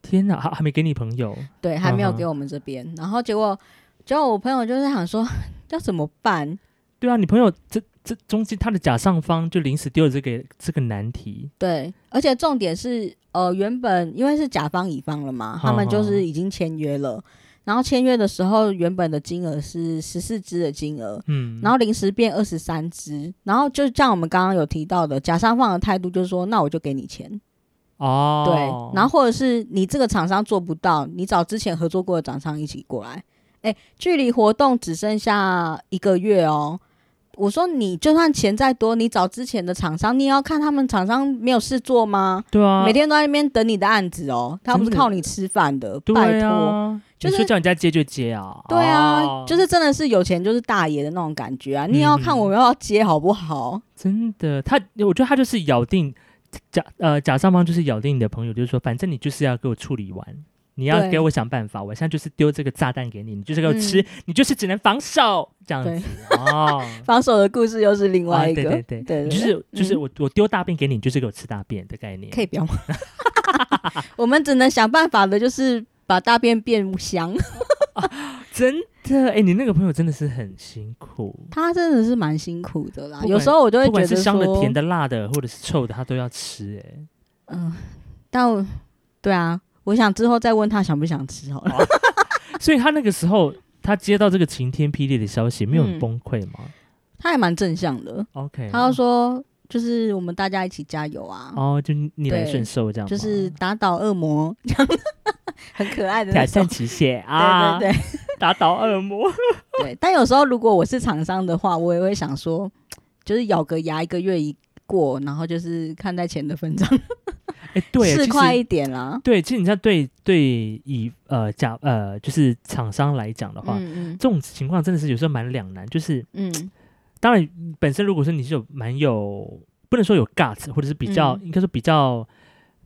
[SPEAKER 2] 天哪，还还没给你朋友，
[SPEAKER 3] 对，还没有
[SPEAKER 2] 嗯哼
[SPEAKER 3] 给我们这边。然后结果，结果我朋友就是想说 要怎么办？
[SPEAKER 2] 对啊，你朋友这这中间他的甲上方就临时丢了这个这个难题，
[SPEAKER 3] 对，而且重点是，呃，原本因为是甲方乙方了嘛，他们
[SPEAKER 2] 嗯
[SPEAKER 3] 就是已经签约了。然后签约的时候，原本的金额是十四只的金额，
[SPEAKER 2] 嗯，
[SPEAKER 3] 然后临时变二十三只，然后就像我们刚刚有提到的，甲商方的态度就是说，那我就给你钱，
[SPEAKER 2] 哦，
[SPEAKER 3] 对，然后或者是你这个厂商做不到，你找之前合作过的厂商一起过来，哎，距离活动只剩下一个月哦。我说你就算钱再多，你找之前的厂商，你也要看他们厂商没有事做吗？
[SPEAKER 2] 对啊，
[SPEAKER 3] 每天都在那边等你的案子哦，他不是
[SPEAKER 2] 真的
[SPEAKER 3] 靠你吃饭的，拜
[SPEAKER 2] 对
[SPEAKER 3] 托。
[SPEAKER 2] 啊，
[SPEAKER 3] 就是
[SPEAKER 2] 你说叫人家接就接啊，
[SPEAKER 3] 对啊
[SPEAKER 2] 哦，
[SPEAKER 3] 就是真的是有钱就是大爷的那种感觉啊！你也要看
[SPEAKER 2] 嗯
[SPEAKER 3] 我们要不要接好不好？
[SPEAKER 2] 真的，他我觉得他就是咬定甲呃甲上方就是咬定你的朋友，就是说反正你就是要给我处理完。你要
[SPEAKER 3] 对
[SPEAKER 2] 给我想办法，我现在就是丢这个炸弹给你，你就是给我
[SPEAKER 3] 嗯
[SPEAKER 2] 吃，你就是只能防守这样
[SPEAKER 3] 对
[SPEAKER 2] 子 哦。
[SPEAKER 3] 防守的故事又是另外一个，
[SPEAKER 2] 啊、对对对，
[SPEAKER 3] 对
[SPEAKER 2] 你就是就是
[SPEAKER 3] 嗯
[SPEAKER 2] 我、我丢大便给你，你就是给我吃大便的概念。
[SPEAKER 3] 可以不要吗？ 我们只能想办法的，就是把大便变 香。
[SPEAKER 2] 真的，哎、你那个朋友真的是很辛苦，
[SPEAKER 3] 他真的是蛮辛苦的啦
[SPEAKER 2] 不，管
[SPEAKER 3] 有时候我就会
[SPEAKER 2] 不
[SPEAKER 3] 觉
[SPEAKER 2] 管
[SPEAKER 3] 得
[SPEAKER 2] 是
[SPEAKER 3] 说，
[SPEAKER 2] 香的、甜的、辣的，或者是臭的，他都要吃、哎，
[SPEAKER 3] 嗯，但我对啊，我想之后再问他想不想吃
[SPEAKER 2] 哦
[SPEAKER 3] 好了。
[SPEAKER 2] 所以他那个时候，他接到这个晴天霹雳的消息，没有很
[SPEAKER 3] 嗯
[SPEAKER 2] 崩溃吗、
[SPEAKER 3] 他还蛮正向的，
[SPEAKER 2] o k
[SPEAKER 3] 他就说就是我们大家一起加油啊，
[SPEAKER 2] 哦，就逆来
[SPEAKER 3] 对
[SPEAKER 2] 顺受这样吗，
[SPEAKER 3] 就是打倒恶魔， 这样很可爱的
[SPEAKER 2] 挑
[SPEAKER 3] 那
[SPEAKER 2] 战
[SPEAKER 3] 种。
[SPEAKER 2] 极限啊，
[SPEAKER 3] 对对对，
[SPEAKER 2] 打倒恶 魔，
[SPEAKER 3] 对，但有时候如果我是厂商的话，我也会想说，就是咬个牙一个月一过，然后就是看在钱的份上，
[SPEAKER 2] 哎、 对，
[SPEAKER 3] 是
[SPEAKER 2] 其实
[SPEAKER 3] 快一点啦。
[SPEAKER 2] 对，其实你像对对以呃甲呃就是厂商来讲的话，
[SPEAKER 3] 嗯
[SPEAKER 2] 这种情况真的是有时候蛮两难，就是
[SPEAKER 3] 嗯嗯，
[SPEAKER 2] 当然，本身如果说你是有蛮有，不能说有 guts，或者是比较，
[SPEAKER 3] 嗯
[SPEAKER 2] 应该说比较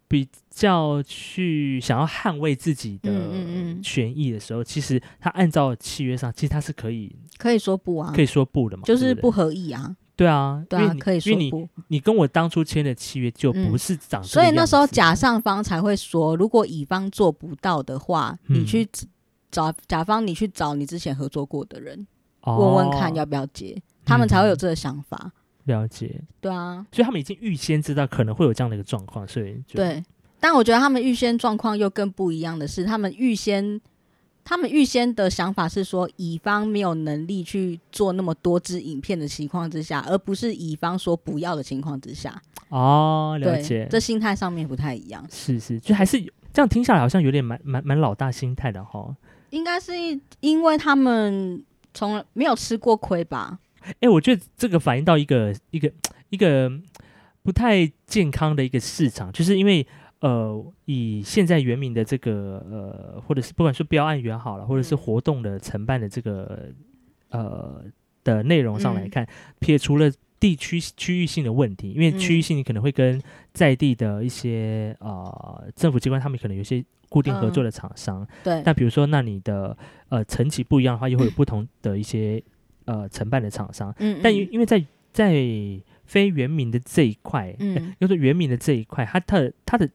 [SPEAKER 2] 比较去想要捍卫自己
[SPEAKER 3] 嗯
[SPEAKER 2] 的
[SPEAKER 3] 嗯嗯
[SPEAKER 2] 权益的时候，其实他按照契约上，其实他是可以、
[SPEAKER 3] 可以说不啊，
[SPEAKER 2] 可以说不的嘛，
[SPEAKER 3] 就是
[SPEAKER 2] 对
[SPEAKER 3] 不
[SPEAKER 2] 不
[SPEAKER 3] 合意啊，
[SPEAKER 2] 对对啊，
[SPEAKER 3] 对
[SPEAKER 2] 因
[SPEAKER 3] 啊
[SPEAKER 2] 为，你
[SPEAKER 3] 可以说
[SPEAKER 2] 因为你
[SPEAKER 3] 不。嗯
[SPEAKER 2] 你跟我当初签的契约就不是长这
[SPEAKER 3] 所
[SPEAKER 2] 个
[SPEAKER 3] 以那时候
[SPEAKER 2] 样子
[SPEAKER 3] 甲上方才会说，如果乙方做不到的话，
[SPEAKER 2] 嗯
[SPEAKER 3] 你去找甲方，你去找你之前合作过的人、
[SPEAKER 2] 哦嗯
[SPEAKER 3] 问问看要不要接，他们才会有这个想法。
[SPEAKER 2] 了解，
[SPEAKER 3] 对啊，
[SPEAKER 2] 所以他们已经预先知道可能会有这样的一个状况，所以就
[SPEAKER 3] 对，但我觉得他们预先状况又更不一样的是，他们预先他们预先的想法是说，乙方没有能力去做那么多支影片的情况之下，而不是乙方说不要的情况之下。
[SPEAKER 2] 哦了
[SPEAKER 3] 对
[SPEAKER 2] 解，，
[SPEAKER 3] 这心态上面不太一样，
[SPEAKER 2] 是是，就还是有这样听下来好像有点蛮蛮蛮老大心态的哈。
[SPEAKER 3] 应该是因为他们从来没有吃过亏吧？
[SPEAKER 2] 哎、我觉得这个反映到一个一个一个不太健康的一个市场，就是因为呃，以现在原民的这个呃，或者是不管说标案也好了，或者是
[SPEAKER 3] 嗯
[SPEAKER 2] 活动的承办的这个呃的内容上来
[SPEAKER 3] 嗯
[SPEAKER 2] 看，撇除了。地区区域性的问题，因为
[SPEAKER 3] 嗯
[SPEAKER 2] 区域性你可能会跟在地的一些、呃政府机关，他们可能有一些固定合作
[SPEAKER 3] 嗯
[SPEAKER 2] 的厂商，
[SPEAKER 3] 对，
[SPEAKER 2] 那比如说，那你的呃层级不一样的话，又会有不同的一些呃承办的厂商。
[SPEAKER 3] 嗯，
[SPEAKER 2] 但因
[SPEAKER 3] 嗯
[SPEAKER 2] 因为在在非原民的这一块，嗯，
[SPEAKER 3] 嗯
[SPEAKER 2] 就是原民的这一块，它它的它的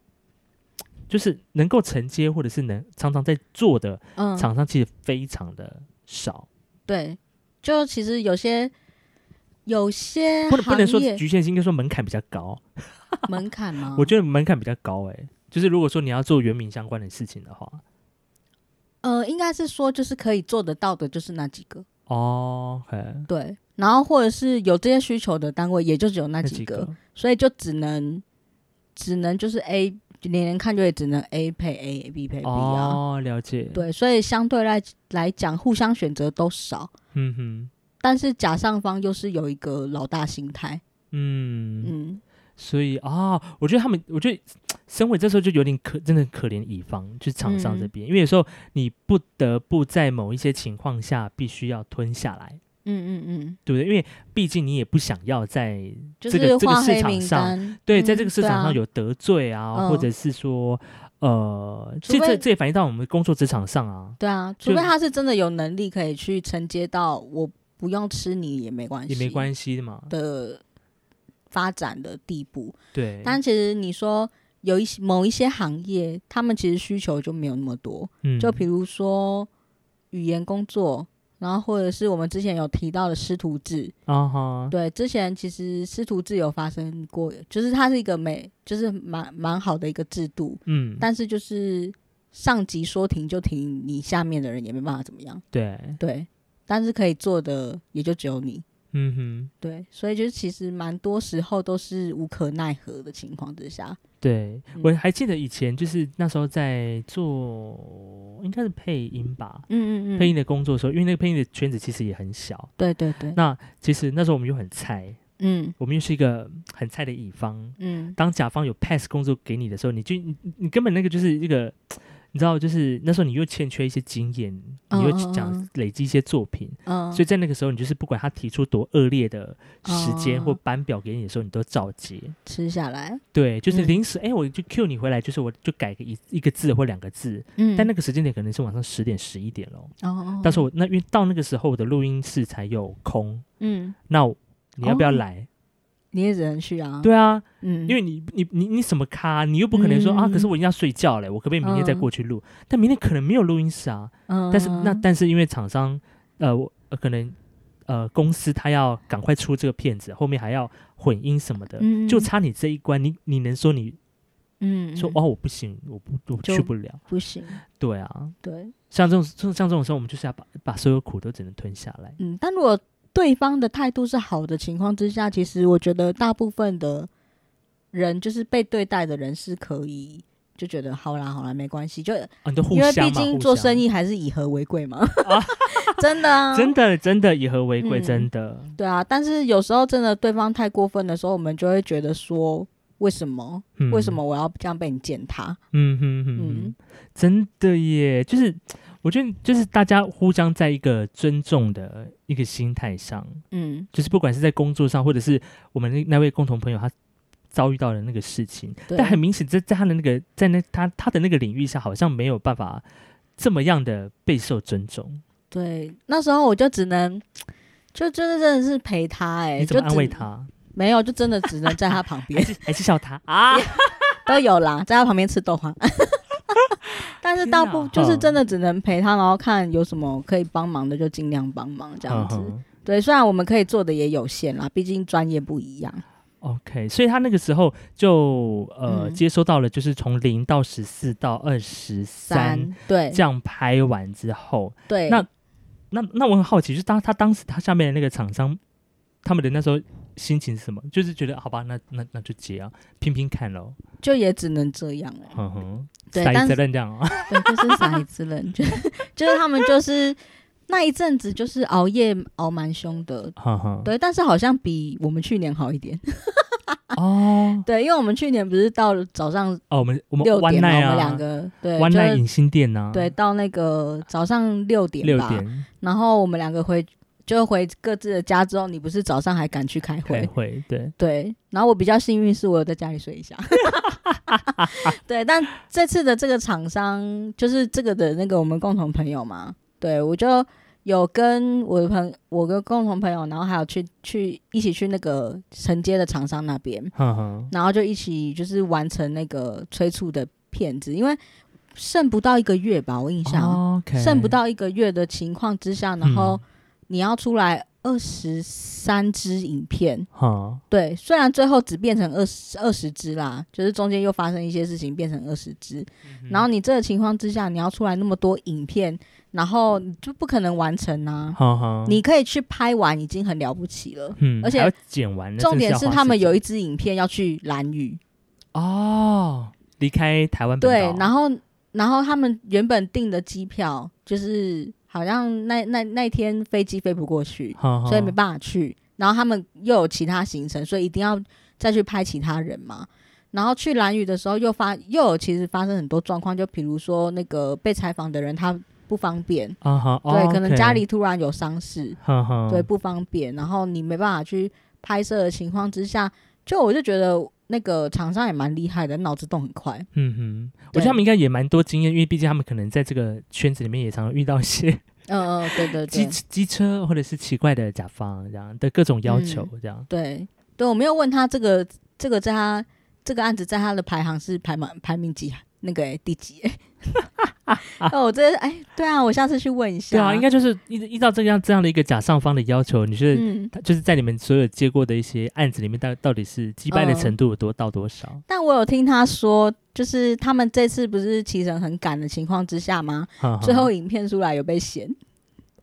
[SPEAKER 2] 就是能够承接或者是能常常在做的
[SPEAKER 3] 嗯，
[SPEAKER 2] 厂商，其实非常的少，
[SPEAKER 3] 对，就其实有些有些
[SPEAKER 2] 不能不能说
[SPEAKER 3] 行业嗯
[SPEAKER 2] 局限性，应该说门槛比较高。
[SPEAKER 3] 门槛吗？
[SPEAKER 2] 我觉得门槛比较高、欸，就是如果说你要做原民相关的事情的话，
[SPEAKER 3] 呃，应该是说就是可以做得到的，就是那几个。
[SPEAKER 2] 哦，嘿
[SPEAKER 3] 对，然后或者是有这些需求的单位，也就只有那
[SPEAKER 2] 那
[SPEAKER 3] 几
[SPEAKER 2] 几
[SPEAKER 3] 个，
[SPEAKER 2] 个
[SPEAKER 3] 所以就只能只能就是 A 连连看就也只能 A 配 A，B 配 B 啊。
[SPEAKER 2] 哦，了解，
[SPEAKER 3] 对，所以相对来来讲，互相选择都少，
[SPEAKER 2] 嗯哼，
[SPEAKER 3] 但是甲上方又是有一个老大心态，
[SPEAKER 2] 嗯。
[SPEAKER 3] 嗯，
[SPEAKER 2] 所以啊、我觉得他们，我觉得身为这时候就有点可，真的可怜乙方，就是厂商这
[SPEAKER 3] 嗯
[SPEAKER 2] 边，因为有时候你不得不在某一些情况下必须要吞下来，
[SPEAKER 3] 嗯嗯嗯，
[SPEAKER 2] 对不对？因为毕竟你也不想要在
[SPEAKER 3] 就
[SPEAKER 2] 这个
[SPEAKER 3] 是
[SPEAKER 2] 这个
[SPEAKER 3] 画
[SPEAKER 2] 市
[SPEAKER 3] 黑
[SPEAKER 2] 场
[SPEAKER 3] 名
[SPEAKER 2] 上
[SPEAKER 3] 单。
[SPEAKER 2] 对，
[SPEAKER 3] 嗯
[SPEAKER 2] 在这个市场上，
[SPEAKER 3] 对啊
[SPEAKER 2] 有得罪啊，
[SPEAKER 3] 嗯
[SPEAKER 2] 或者是说，呃，
[SPEAKER 3] 除
[SPEAKER 2] 这这
[SPEAKER 3] 非
[SPEAKER 2] 这也反映到我们工作职场上啊，
[SPEAKER 3] 对啊，
[SPEAKER 2] 就
[SPEAKER 3] 除非他是真的有能力可以去承接到我不用吃你也没关系，
[SPEAKER 2] 也没关系的嘛。
[SPEAKER 3] 的发展的地步。
[SPEAKER 2] 对，
[SPEAKER 3] 但其实你说有一些某一些行业，他们其实需求就没有那么多，
[SPEAKER 2] 嗯
[SPEAKER 3] 就比如说语言工作。然后，或者是我们之前有提到的师徒制，
[SPEAKER 2] 啊哈，
[SPEAKER 3] 对，之前其实师徒制有发生过，就是它是一个美，就是蛮蛮好的一个制度，
[SPEAKER 2] 嗯，
[SPEAKER 3] 但是就是上级说停就停，你下面的人也没办法怎么样，
[SPEAKER 2] 对，
[SPEAKER 3] 对，但是可以做的也就只有你，
[SPEAKER 2] 嗯哼，
[SPEAKER 3] 对，所以就是其实蛮多时候都是无可奈何的情况之下，
[SPEAKER 2] 对，
[SPEAKER 3] 嗯
[SPEAKER 2] 我还记得以前就是那时候在做，应该是配音吧，
[SPEAKER 3] 嗯
[SPEAKER 2] 配音，的工作的时候，因为那个配音的圈子其实也很小。
[SPEAKER 3] 对对对，
[SPEAKER 2] 那其实那时候我们又很菜，
[SPEAKER 3] 嗯
[SPEAKER 2] 我们又是一个很菜的乙方。
[SPEAKER 3] 嗯，
[SPEAKER 2] 当甲方有 pass 工作给你的时候，你就你你你根本那个就是一个，你知道，就是那时候你又欠缺一些经验，你又
[SPEAKER 3] 嗯嗯嗯
[SPEAKER 2] 讲累积一些作品，
[SPEAKER 3] 嗯，
[SPEAKER 2] 所以在那个时候，你就是不管他提出多恶劣的时间
[SPEAKER 3] 哦
[SPEAKER 2] 或班表给你的时候，你都照接。
[SPEAKER 3] 吃下来，
[SPEAKER 2] 对，就是
[SPEAKER 3] 嗯
[SPEAKER 2] 临时，哎、我就 Q 你回来，就是我就改个一一个字或两个字，
[SPEAKER 3] 嗯，
[SPEAKER 2] 但那个时间点可能是晚上十点十一点喽。
[SPEAKER 3] 哦哦，
[SPEAKER 2] 到时候我那因为到那个时候我的录音室才有空，
[SPEAKER 3] 嗯，
[SPEAKER 2] 那我你要不要
[SPEAKER 3] 哦
[SPEAKER 2] 来？
[SPEAKER 3] 你也只能去啊，，
[SPEAKER 2] 对啊，
[SPEAKER 3] 嗯，
[SPEAKER 2] 因为你你你你什么咖，你又不可能说、啊，可是我已经要睡觉了，我可不可以明天再过去录？但明天可能没有录音室啊。
[SPEAKER 3] 嗯，
[SPEAKER 2] 但是那但是因为厂商呃我呃可能呃公司他要赶快出这个片子，后面还要混音什么的，
[SPEAKER 3] 嗯
[SPEAKER 2] 就差你这一关，你你能说你
[SPEAKER 3] 嗯
[SPEAKER 2] 说、
[SPEAKER 3] 嗯
[SPEAKER 2] 哦我不行，我不我
[SPEAKER 3] 就
[SPEAKER 2] 去不了？
[SPEAKER 3] 不行，
[SPEAKER 2] 对啊，
[SPEAKER 3] 对，
[SPEAKER 2] 像这种像像这种时候，我们就是要把把所有苦都只能吞下来。
[SPEAKER 3] 嗯，但如果对方的态度是好的情况之下，其实我觉得大部分的人就是被对待的人是可以就觉得好啦好啦没关系，就
[SPEAKER 2] 啊，你都互
[SPEAKER 3] 因为
[SPEAKER 2] 相
[SPEAKER 3] 毕
[SPEAKER 2] 嘛
[SPEAKER 3] 竟
[SPEAKER 2] 互
[SPEAKER 3] 做
[SPEAKER 2] 相
[SPEAKER 3] 生意还是以和为贵嘛， 真的啊，
[SPEAKER 2] 真的真的以和为贵，
[SPEAKER 3] 嗯
[SPEAKER 2] 真的
[SPEAKER 3] 对啊。但是有时候真的对方太过分的时候，我们就会觉得说为什么、
[SPEAKER 2] 嗯
[SPEAKER 3] 为什么我要这样被你践踏？
[SPEAKER 2] 嗯哼哼哼
[SPEAKER 3] 嗯，
[SPEAKER 2] 真的耶，就是我觉得就是大家互相在一个尊重的一个心态上，
[SPEAKER 3] 嗯
[SPEAKER 2] 就是不管是在工作上，或者是我们那那位共同朋友他遭遇到的那个事情，
[SPEAKER 3] 对
[SPEAKER 2] 但很明显在在他的那个在那他他的那个领域下，好像没有办法这么样的备受尊重。
[SPEAKER 3] 对，那时候我就只能。就就是真的是陪他哎、
[SPEAKER 2] 你怎
[SPEAKER 3] 就
[SPEAKER 2] 么安慰
[SPEAKER 3] 只？
[SPEAKER 2] 他？没
[SPEAKER 3] 没有，就真的只能在他旁边。
[SPEAKER 2] 还是笑他啊？
[SPEAKER 3] 都有啦，在他旁边吃豆花。 但是大
[SPEAKER 2] 天
[SPEAKER 3] 部
[SPEAKER 2] 哪
[SPEAKER 3] 就是
[SPEAKER 2] 嗯
[SPEAKER 3] 真的只能陪他，然后看有什么可以帮忙的就尽量帮忙这样子。
[SPEAKER 2] 嗯哼
[SPEAKER 3] 对，虽然我们可以做的也有限啦，毕竟专业不一样。
[SPEAKER 2] OK，所以他那个时候就呃、
[SPEAKER 3] 嗯
[SPEAKER 2] 接收到了，就是从零到十四到二十三
[SPEAKER 3] 三对
[SPEAKER 2] 这样拍完之后，
[SPEAKER 3] 对，
[SPEAKER 2] 那那那我很好奇，就是当他当时他下面的那个厂商，他们的那时候心情是什么？就是觉得好吧，那那那就接啊，拼拼看喽，
[SPEAKER 3] 就也只能这样了、
[SPEAKER 2] 哼哼，
[SPEAKER 3] 对
[SPEAKER 2] 撒一
[SPEAKER 3] 但
[SPEAKER 2] 责
[SPEAKER 3] 是
[SPEAKER 2] 任这样啊，
[SPEAKER 3] 对，就是傻子人，就 就是他们就是那一阵子就是熬夜熬蛮凶的。
[SPEAKER 2] 哼哼，
[SPEAKER 3] 对，但是好像比我们去年好一点。
[SPEAKER 2] 哦
[SPEAKER 3] 对，因为我们去年不是到了早上
[SPEAKER 2] 哦，我们我们
[SPEAKER 3] 六
[SPEAKER 2] 湾
[SPEAKER 3] 点嘛，
[SPEAKER 2] 奈
[SPEAKER 3] 我
[SPEAKER 2] 啊，
[SPEAKER 3] 们两个对，
[SPEAKER 2] 湾
[SPEAKER 3] 就
[SPEAKER 2] 奈影星店呐、啊，
[SPEAKER 3] 对，，到那个早上六点
[SPEAKER 2] 六
[SPEAKER 3] 吧，
[SPEAKER 2] 点
[SPEAKER 3] 然后我们两个回就回各自的家之后，你不是早上还赶去开会？
[SPEAKER 2] 开会，对，
[SPEAKER 3] 对，然后我比较幸运是我有在家里睡 一下。对，但这次的这个厂商就是这个的那个我们共同朋友嘛，对我就有跟我的朋我跟共同朋友，然后还有去去一起去那个承接的厂商那边，
[SPEAKER 2] 哼哼，
[SPEAKER 3] 然后就一起就是完成那个催促的片子，因为剩不到一个月吧，我印象。
[SPEAKER 2] OK，
[SPEAKER 3] 剩不到一个月的情况之下，然
[SPEAKER 2] 嗯
[SPEAKER 3] 后你要出来二十三支影片，
[SPEAKER 2] 哈，
[SPEAKER 3] 对，虽然最后只变成二十二十支啦，就是中间又发生一些事情变成二十支，
[SPEAKER 2] 嗯
[SPEAKER 3] 然后你这个情况之下，你要出来那么多影片，然后你就不可能完成啊。
[SPEAKER 2] 哈哈，
[SPEAKER 3] 你可以去拍完，已经很了不起了。
[SPEAKER 2] 嗯，
[SPEAKER 3] 而且
[SPEAKER 2] 还要剪完了，
[SPEAKER 3] 重点
[SPEAKER 2] 真的
[SPEAKER 3] 是
[SPEAKER 2] 要花
[SPEAKER 3] 他们
[SPEAKER 2] 时间
[SPEAKER 3] 有一支影片要去蓝屿，
[SPEAKER 2] 哦，离开台湾本
[SPEAKER 3] 对
[SPEAKER 2] 岛，
[SPEAKER 3] 然后然后他们原本订的机票就是好像那那那天飞机飞不过去，
[SPEAKER 2] 哈哈
[SPEAKER 3] 所以没办法去。然后他们又有其他行程，所以一定要再去拍其他人嘛。然后去蓝屿的时候，又发又有其实发生很多状况，就比如说那个被采访的人他不方便，
[SPEAKER 2] 啊哈，
[SPEAKER 3] 对，可能家里，突然有丧事，
[SPEAKER 2] 哈哈，
[SPEAKER 3] 对，，不方便，然后你没办法去拍摄的情况之下，就我就觉得那个厂商也蛮厉害的，脑子动很快。
[SPEAKER 2] 嗯哼，我
[SPEAKER 3] 对
[SPEAKER 2] 觉得他们应该也蛮多经验，因为毕竟他们可能在这个圈子里面也常常遇到一些
[SPEAKER 3] 嗯嗯、对 对
[SPEAKER 2] 机
[SPEAKER 3] 对
[SPEAKER 2] 机车或者是奇怪的甲方这样的各种要求，
[SPEAKER 3] 嗯
[SPEAKER 2] 这样，
[SPEAKER 3] 对对，我没有问他这个这个在他这个案子在他的排行是排满排名几那个、欸、第几、欸？ 哦，我这哎，对啊，我下次去问一下。
[SPEAKER 2] 对啊，应该就是依依照这样这样的一个甲上方的要求，你是
[SPEAKER 3] 嗯，
[SPEAKER 2] 他就是在你们所有接过的一些案子里面，到到底是羁绊的
[SPEAKER 3] 嗯
[SPEAKER 2] 程度有多到多少？
[SPEAKER 3] 但我有听他说，就是他们这次不是骑乘很赶的情况之下吗？
[SPEAKER 2] 哈哈
[SPEAKER 3] 最后影片出来有被嫌，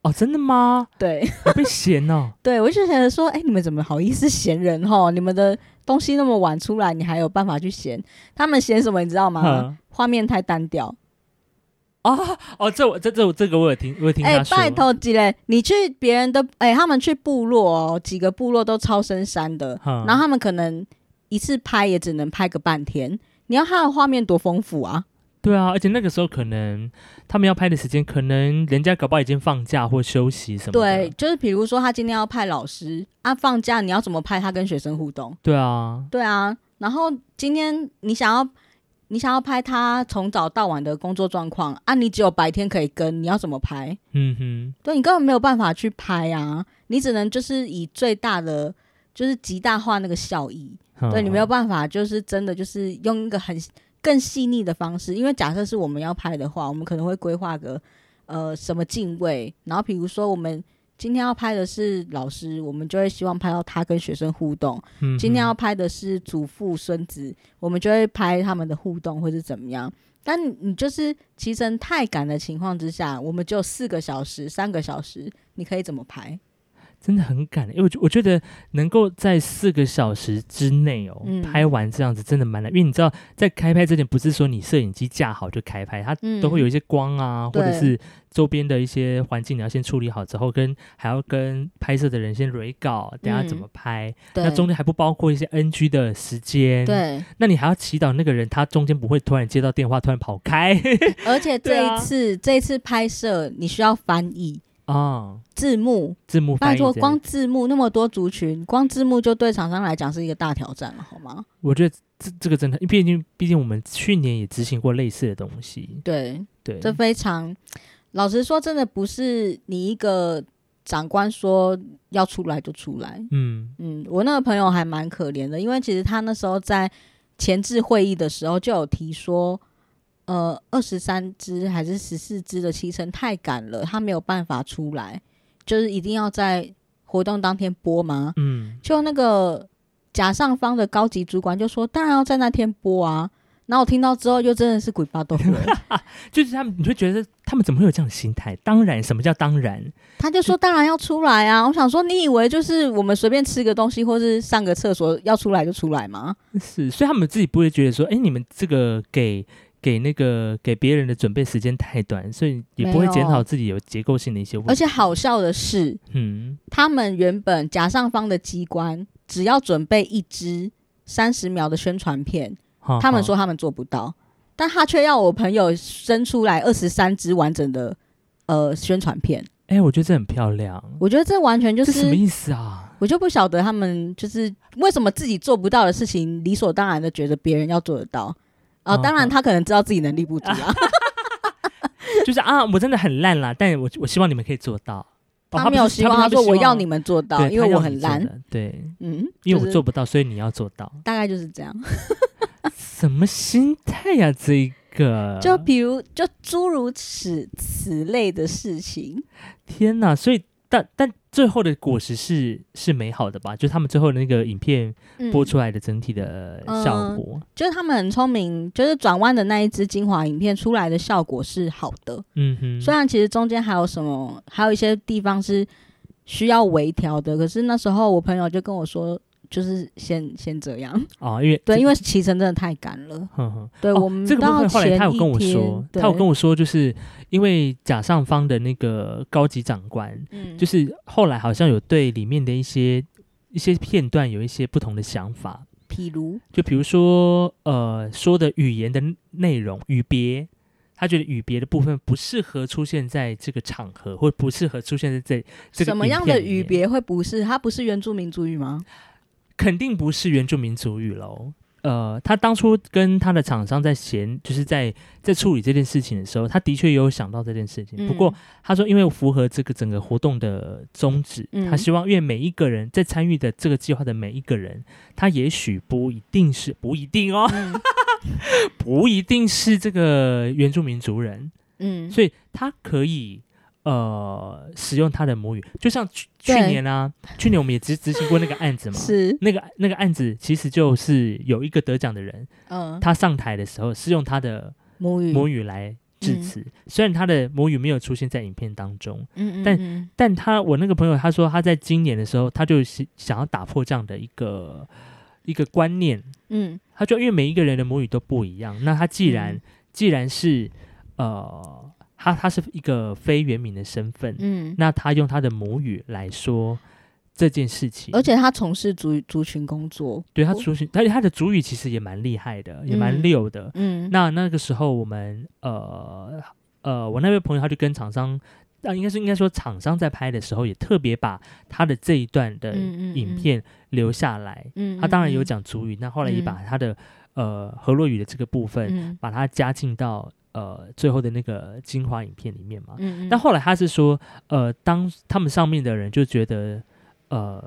[SPEAKER 2] 哦，真的吗？
[SPEAKER 3] 对，
[SPEAKER 2] 我被嫌哦，
[SPEAKER 3] 对，我就觉得说，哎、你们怎么好意思嫌人吼？你们的东西那么晚出来，你还有办法去嫌？他们嫌什么，你知道吗？
[SPEAKER 2] 哈
[SPEAKER 3] 画面太单调。
[SPEAKER 2] 哦，这我这这我这个我有听，我有听
[SPEAKER 3] 哎、
[SPEAKER 2] 他说，
[SPEAKER 3] 拜托几嘞，你去别人的，哎、他们去部落哦，几个部落都超深山的，
[SPEAKER 2] 哈
[SPEAKER 3] 然后他们可能一次拍也只能拍个半天。你要他的画面多丰富啊！
[SPEAKER 2] 对啊，而且那个时候可能他们要拍的时间，可能人家搞不好已经放假或休息什么的。
[SPEAKER 3] 对，就是比如说他今天要派老师啊，放假你要怎么拍他跟学生互动？
[SPEAKER 2] 对啊，
[SPEAKER 3] 对啊，然后今天你想要你想要拍他从早到晚的工作状况啊，你只有白天可以跟，你要怎么拍？
[SPEAKER 2] 嗯哼，
[SPEAKER 3] 对你根本没有办法去拍啊，你只能就是以最大的就是极大化那个效益，
[SPEAKER 2] 哈
[SPEAKER 3] 对你没有办法就是真的就是
[SPEAKER 2] 嗯
[SPEAKER 3] 用一个很更细腻的方式，因为假设是我们要拍的话，我们可能会规划个呃什么敬畏，然后比如说我们。今天要拍的是老师，我们就会希望拍到他跟学生互动，
[SPEAKER 2] 嗯哼
[SPEAKER 3] 今天要拍的是祖父孙子，我们就会拍他们的互动或是怎么样。但你就是骑乘太赶的情况之下，我们就四个小时、三个小时，你可以怎么拍？
[SPEAKER 2] 真的很赶，欸因为我觉我觉得能够在四个小时之内哦、
[SPEAKER 3] 嗯
[SPEAKER 2] 拍完这样子真的蛮难，因为你知道在开拍之前不是说你摄影机架好就开拍，它
[SPEAKER 3] 嗯
[SPEAKER 2] 都会有一些光啊，或
[SPEAKER 3] 对
[SPEAKER 2] 者是周边的一些环境你要先处理好之后，跟还要跟拍摄的人先蕊稿，等下
[SPEAKER 3] 嗯
[SPEAKER 2] 怎么拍，
[SPEAKER 3] 对
[SPEAKER 2] 那中间还不包括一些 NG 的时间，，
[SPEAKER 3] 对，
[SPEAKER 2] 那你还要祈祷那个人他中间不会突然接到电话突然跑开
[SPEAKER 3] 而且
[SPEAKER 2] 对
[SPEAKER 3] 这
[SPEAKER 2] 啊
[SPEAKER 3] 一次、这一次拍摄你需要翻译
[SPEAKER 2] 啊、
[SPEAKER 3] 字幕，
[SPEAKER 2] 字幕翻
[SPEAKER 3] 拜
[SPEAKER 2] 译
[SPEAKER 3] 托，
[SPEAKER 2] 这样
[SPEAKER 3] 光字幕那么多族群，光字幕就对厂商来讲是一个大挑战了，好吗？
[SPEAKER 2] 我觉得这这个真的，因为毕竟毕竟我们去年也执行过类似的东西，
[SPEAKER 3] 对，
[SPEAKER 2] 对，
[SPEAKER 3] 这非常，老实说，真的不是你一个长官说要出来就出来，
[SPEAKER 2] 嗯
[SPEAKER 3] 嗯，我那个朋友还蛮可怜的，因为其实他那时候在前置会议的时候就有提说，呃，二十三只还是十四只的骑乘太赶了，他没有办法出来，就是一定要在活动当天播吗？
[SPEAKER 2] 嗯，
[SPEAKER 3] 就那个甲上方的高级主管就说，当然要在那天播啊。然后我听到之后，就真的是鬼巴豆了。
[SPEAKER 2] 就是他们，你会觉得他们怎么会有这样的心态？当然，什么叫当然？
[SPEAKER 3] 他就说：“当然要出来啊！”我想说，你以为就是我们随便吃个东西，或是上个厕所要出来就出来吗？
[SPEAKER 2] 是，所以他们自己不会觉得说，哎，你们这个给给那个给别人的准备时间太短，所以也不会
[SPEAKER 3] 没有
[SPEAKER 2] 检讨自己有结构性的一些问题。
[SPEAKER 3] 而且，好笑的是，
[SPEAKER 2] 嗯，
[SPEAKER 3] 他们原本甲上方的机关只要准备一支三十秒的宣传片，
[SPEAKER 2] 哈
[SPEAKER 3] 他们
[SPEAKER 2] 哈
[SPEAKER 3] 说他们做不到，但他却要我朋友生出来二十三支完整的呃宣传片。
[SPEAKER 2] 哎，我觉得这很漂亮，
[SPEAKER 3] 我觉得这完全就
[SPEAKER 2] 这什么
[SPEAKER 3] 是，
[SPEAKER 2] 意思啊？
[SPEAKER 3] 我就不晓得他们就是为什么自己做不到的事情，理所当然的觉得别人要做得到。哦，
[SPEAKER 2] 嗯
[SPEAKER 3] 当
[SPEAKER 2] 嗯
[SPEAKER 3] 然他可能知道自己能力不足啊，
[SPEAKER 2] 就是啊，我真的很烂啦，但我我希望你们可以做到。 哦
[SPEAKER 3] 没有
[SPEAKER 2] 不是
[SPEAKER 3] 希望，
[SPEAKER 2] 他
[SPEAKER 3] 他
[SPEAKER 2] 不
[SPEAKER 3] 说
[SPEAKER 2] 是
[SPEAKER 3] 我
[SPEAKER 2] 希
[SPEAKER 3] 要
[SPEAKER 2] 望
[SPEAKER 3] 你们做到，
[SPEAKER 2] 对
[SPEAKER 3] 因
[SPEAKER 2] 他
[SPEAKER 3] 为
[SPEAKER 2] 要
[SPEAKER 3] 我
[SPEAKER 2] 你
[SPEAKER 3] 很
[SPEAKER 2] 做
[SPEAKER 3] 烂。
[SPEAKER 2] 的，对，
[SPEAKER 3] 嗯，
[SPEAKER 2] 因为
[SPEAKER 3] 就
[SPEAKER 2] 我
[SPEAKER 3] 是
[SPEAKER 2] 做不到，所以你要做到。
[SPEAKER 3] 大概就是这样。
[SPEAKER 2] 什么心态呀、这个
[SPEAKER 3] 就比如就诸如此此类的事情，
[SPEAKER 2] 天哪！所以但但最后的果实是是美好的吧？就是他们最后那个影片
[SPEAKER 3] 嗯
[SPEAKER 2] 播出来的整体的效果，
[SPEAKER 3] 就是他们很聪明，就是转弯的那一支精华影片出来的效果是好的，
[SPEAKER 2] 嗯哼，
[SPEAKER 3] 虽然其实中间还有什么，还有一些地方是需要微调的，可是那时候我朋友就跟我说，就是先先这样，
[SPEAKER 2] 啊，因为
[SPEAKER 3] 对，
[SPEAKER 2] 这
[SPEAKER 3] 因为骑乘真的太赶了，
[SPEAKER 2] 哼哼，
[SPEAKER 3] 对、
[SPEAKER 2] 哦
[SPEAKER 3] 呃我们
[SPEAKER 2] 这个部
[SPEAKER 3] 到
[SPEAKER 2] 分后来
[SPEAKER 3] 前
[SPEAKER 2] 他有
[SPEAKER 3] 一
[SPEAKER 2] 跟我
[SPEAKER 3] 天
[SPEAKER 2] 说，
[SPEAKER 3] 对
[SPEAKER 2] 他有跟我说，就是因为甲上方的那个高级长官，
[SPEAKER 3] 嗯，
[SPEAKER 2] 就是是后来好像有对里面的一些一些片段有一些不同的想法。
[SPEAKER 3] 譬如，
[SPEAKER 2] 就比如说，呃，说的语言的内容语别，他觉得语别的部分不适合出现在这个场合，或不适合出现在这这个
[SPEAKER 3] 什么样
[SPEAKER 2] 影片
[SPEAKER 3] 的
[SPEAKER 2] 里面
[SPEAKER 3] 语别会不是？它不是原住民族语吗？
[SPEAKER 2] 肯定不是原住民族语喽。呃，他当初跟他的厂商在闲，就是在在处理这件事情的时候，他的确也有想到这件事情。不过
[SPEAKER 3] 嗯
[SPEAKER 2] 他说，因为符合这个整个活动的宗旨，
[SPEAKER 3] 嗯
[SPEAKER 2] 他希望因为每一个人在参与的这个计划的每一个人，他也许不一定是不一定哦，
[SPEAKER 3] 嗯
[SPEAKER 2] 不一定是这个原住民族人，
[SPEAKER 3] 嗯，
[SPEAKER 2] 所以他可以呃使用他的母语。就像去去
[SPEAKER 3] 对
[SPEAKER 2] 年啊，去年我们也执执行过那个案子 嘛，
[SPEAKER 3] 是
[SPEAKER 2] 那个那个案子其实就是有一个得奖的人，
[SPEAKER 3] 嗯，
[SPEAKER 2] 他上台的时候是用他的
[SPEAKER 3] 母语
[SPEAKER 2] 母
[SPEAKER 3] 语，
[SPEAKER 2] 语来致辞，
[SPEAKER 3] 嗯
[SPEAKER 2] 虽然他的母语没有出现在影片当中，
[SPEAKER 3] 嗯嗯，
[SPEAKER 2] 但
[SPEAKER 3] 嗯
[SPEAKER 2] 但他我那个朋友他说他在今年的时候，他就是想要打破这样的一个一个观念，
[SPEAKER 3] 嗯
[SPEAKER 2] 他就因为每一个人的母语都不一样，那他既然、
[SPEAKER 3] 嗯
[SPEAKER 2] 既然是呃，他他是一个非原民的身份，
[SPEAKER 3] 嗯，
[SPEAKER 2] 那他用他的母语来说这件事情，
[SPEAKER 3] 而且他从事族族群工作，
[SPEAKER 2] 对他
[SPEAKER 3] 我
[SPEAKER 2] 主语，而且他的主语其实也蛮厉害的，也蛮
[SPEAKER 3] 哦嗯
[SPEAKER 2] 溜的。
[SPEAKER 3] 嗯，
[SPEAKER 2] 那那个时候我们呃呃，我那位朋友他就跟厂商，啊、应该是应该说厂商在拍的时候也特别把他的这一段的
[SPEAKER 3] 嗯嗯
[SPEAKER 2] 影
[SPEAKER 3] 嗯
[SPEAKER 2] 片留下来。
[SPEAKER 3] 嗯，
[SPEAKER 2] 他当然有
[SPEAKER 3] 嗯，
[SPEAKER 2] 讲主语，那后来也
[SPEAKER 3] 嗯
[SPEAKER 2] 把他的呃河洛语的这个部分，
[SPEAKER 3] 嗯
[SPEAKER 2] 把它加进到呃最后的那个精华影片里面嘛。
[SPEAKER 3] 嗯，
[SPEAKER 2] 啊但后来他是说，呃，当他们上面的人就觉得，呃，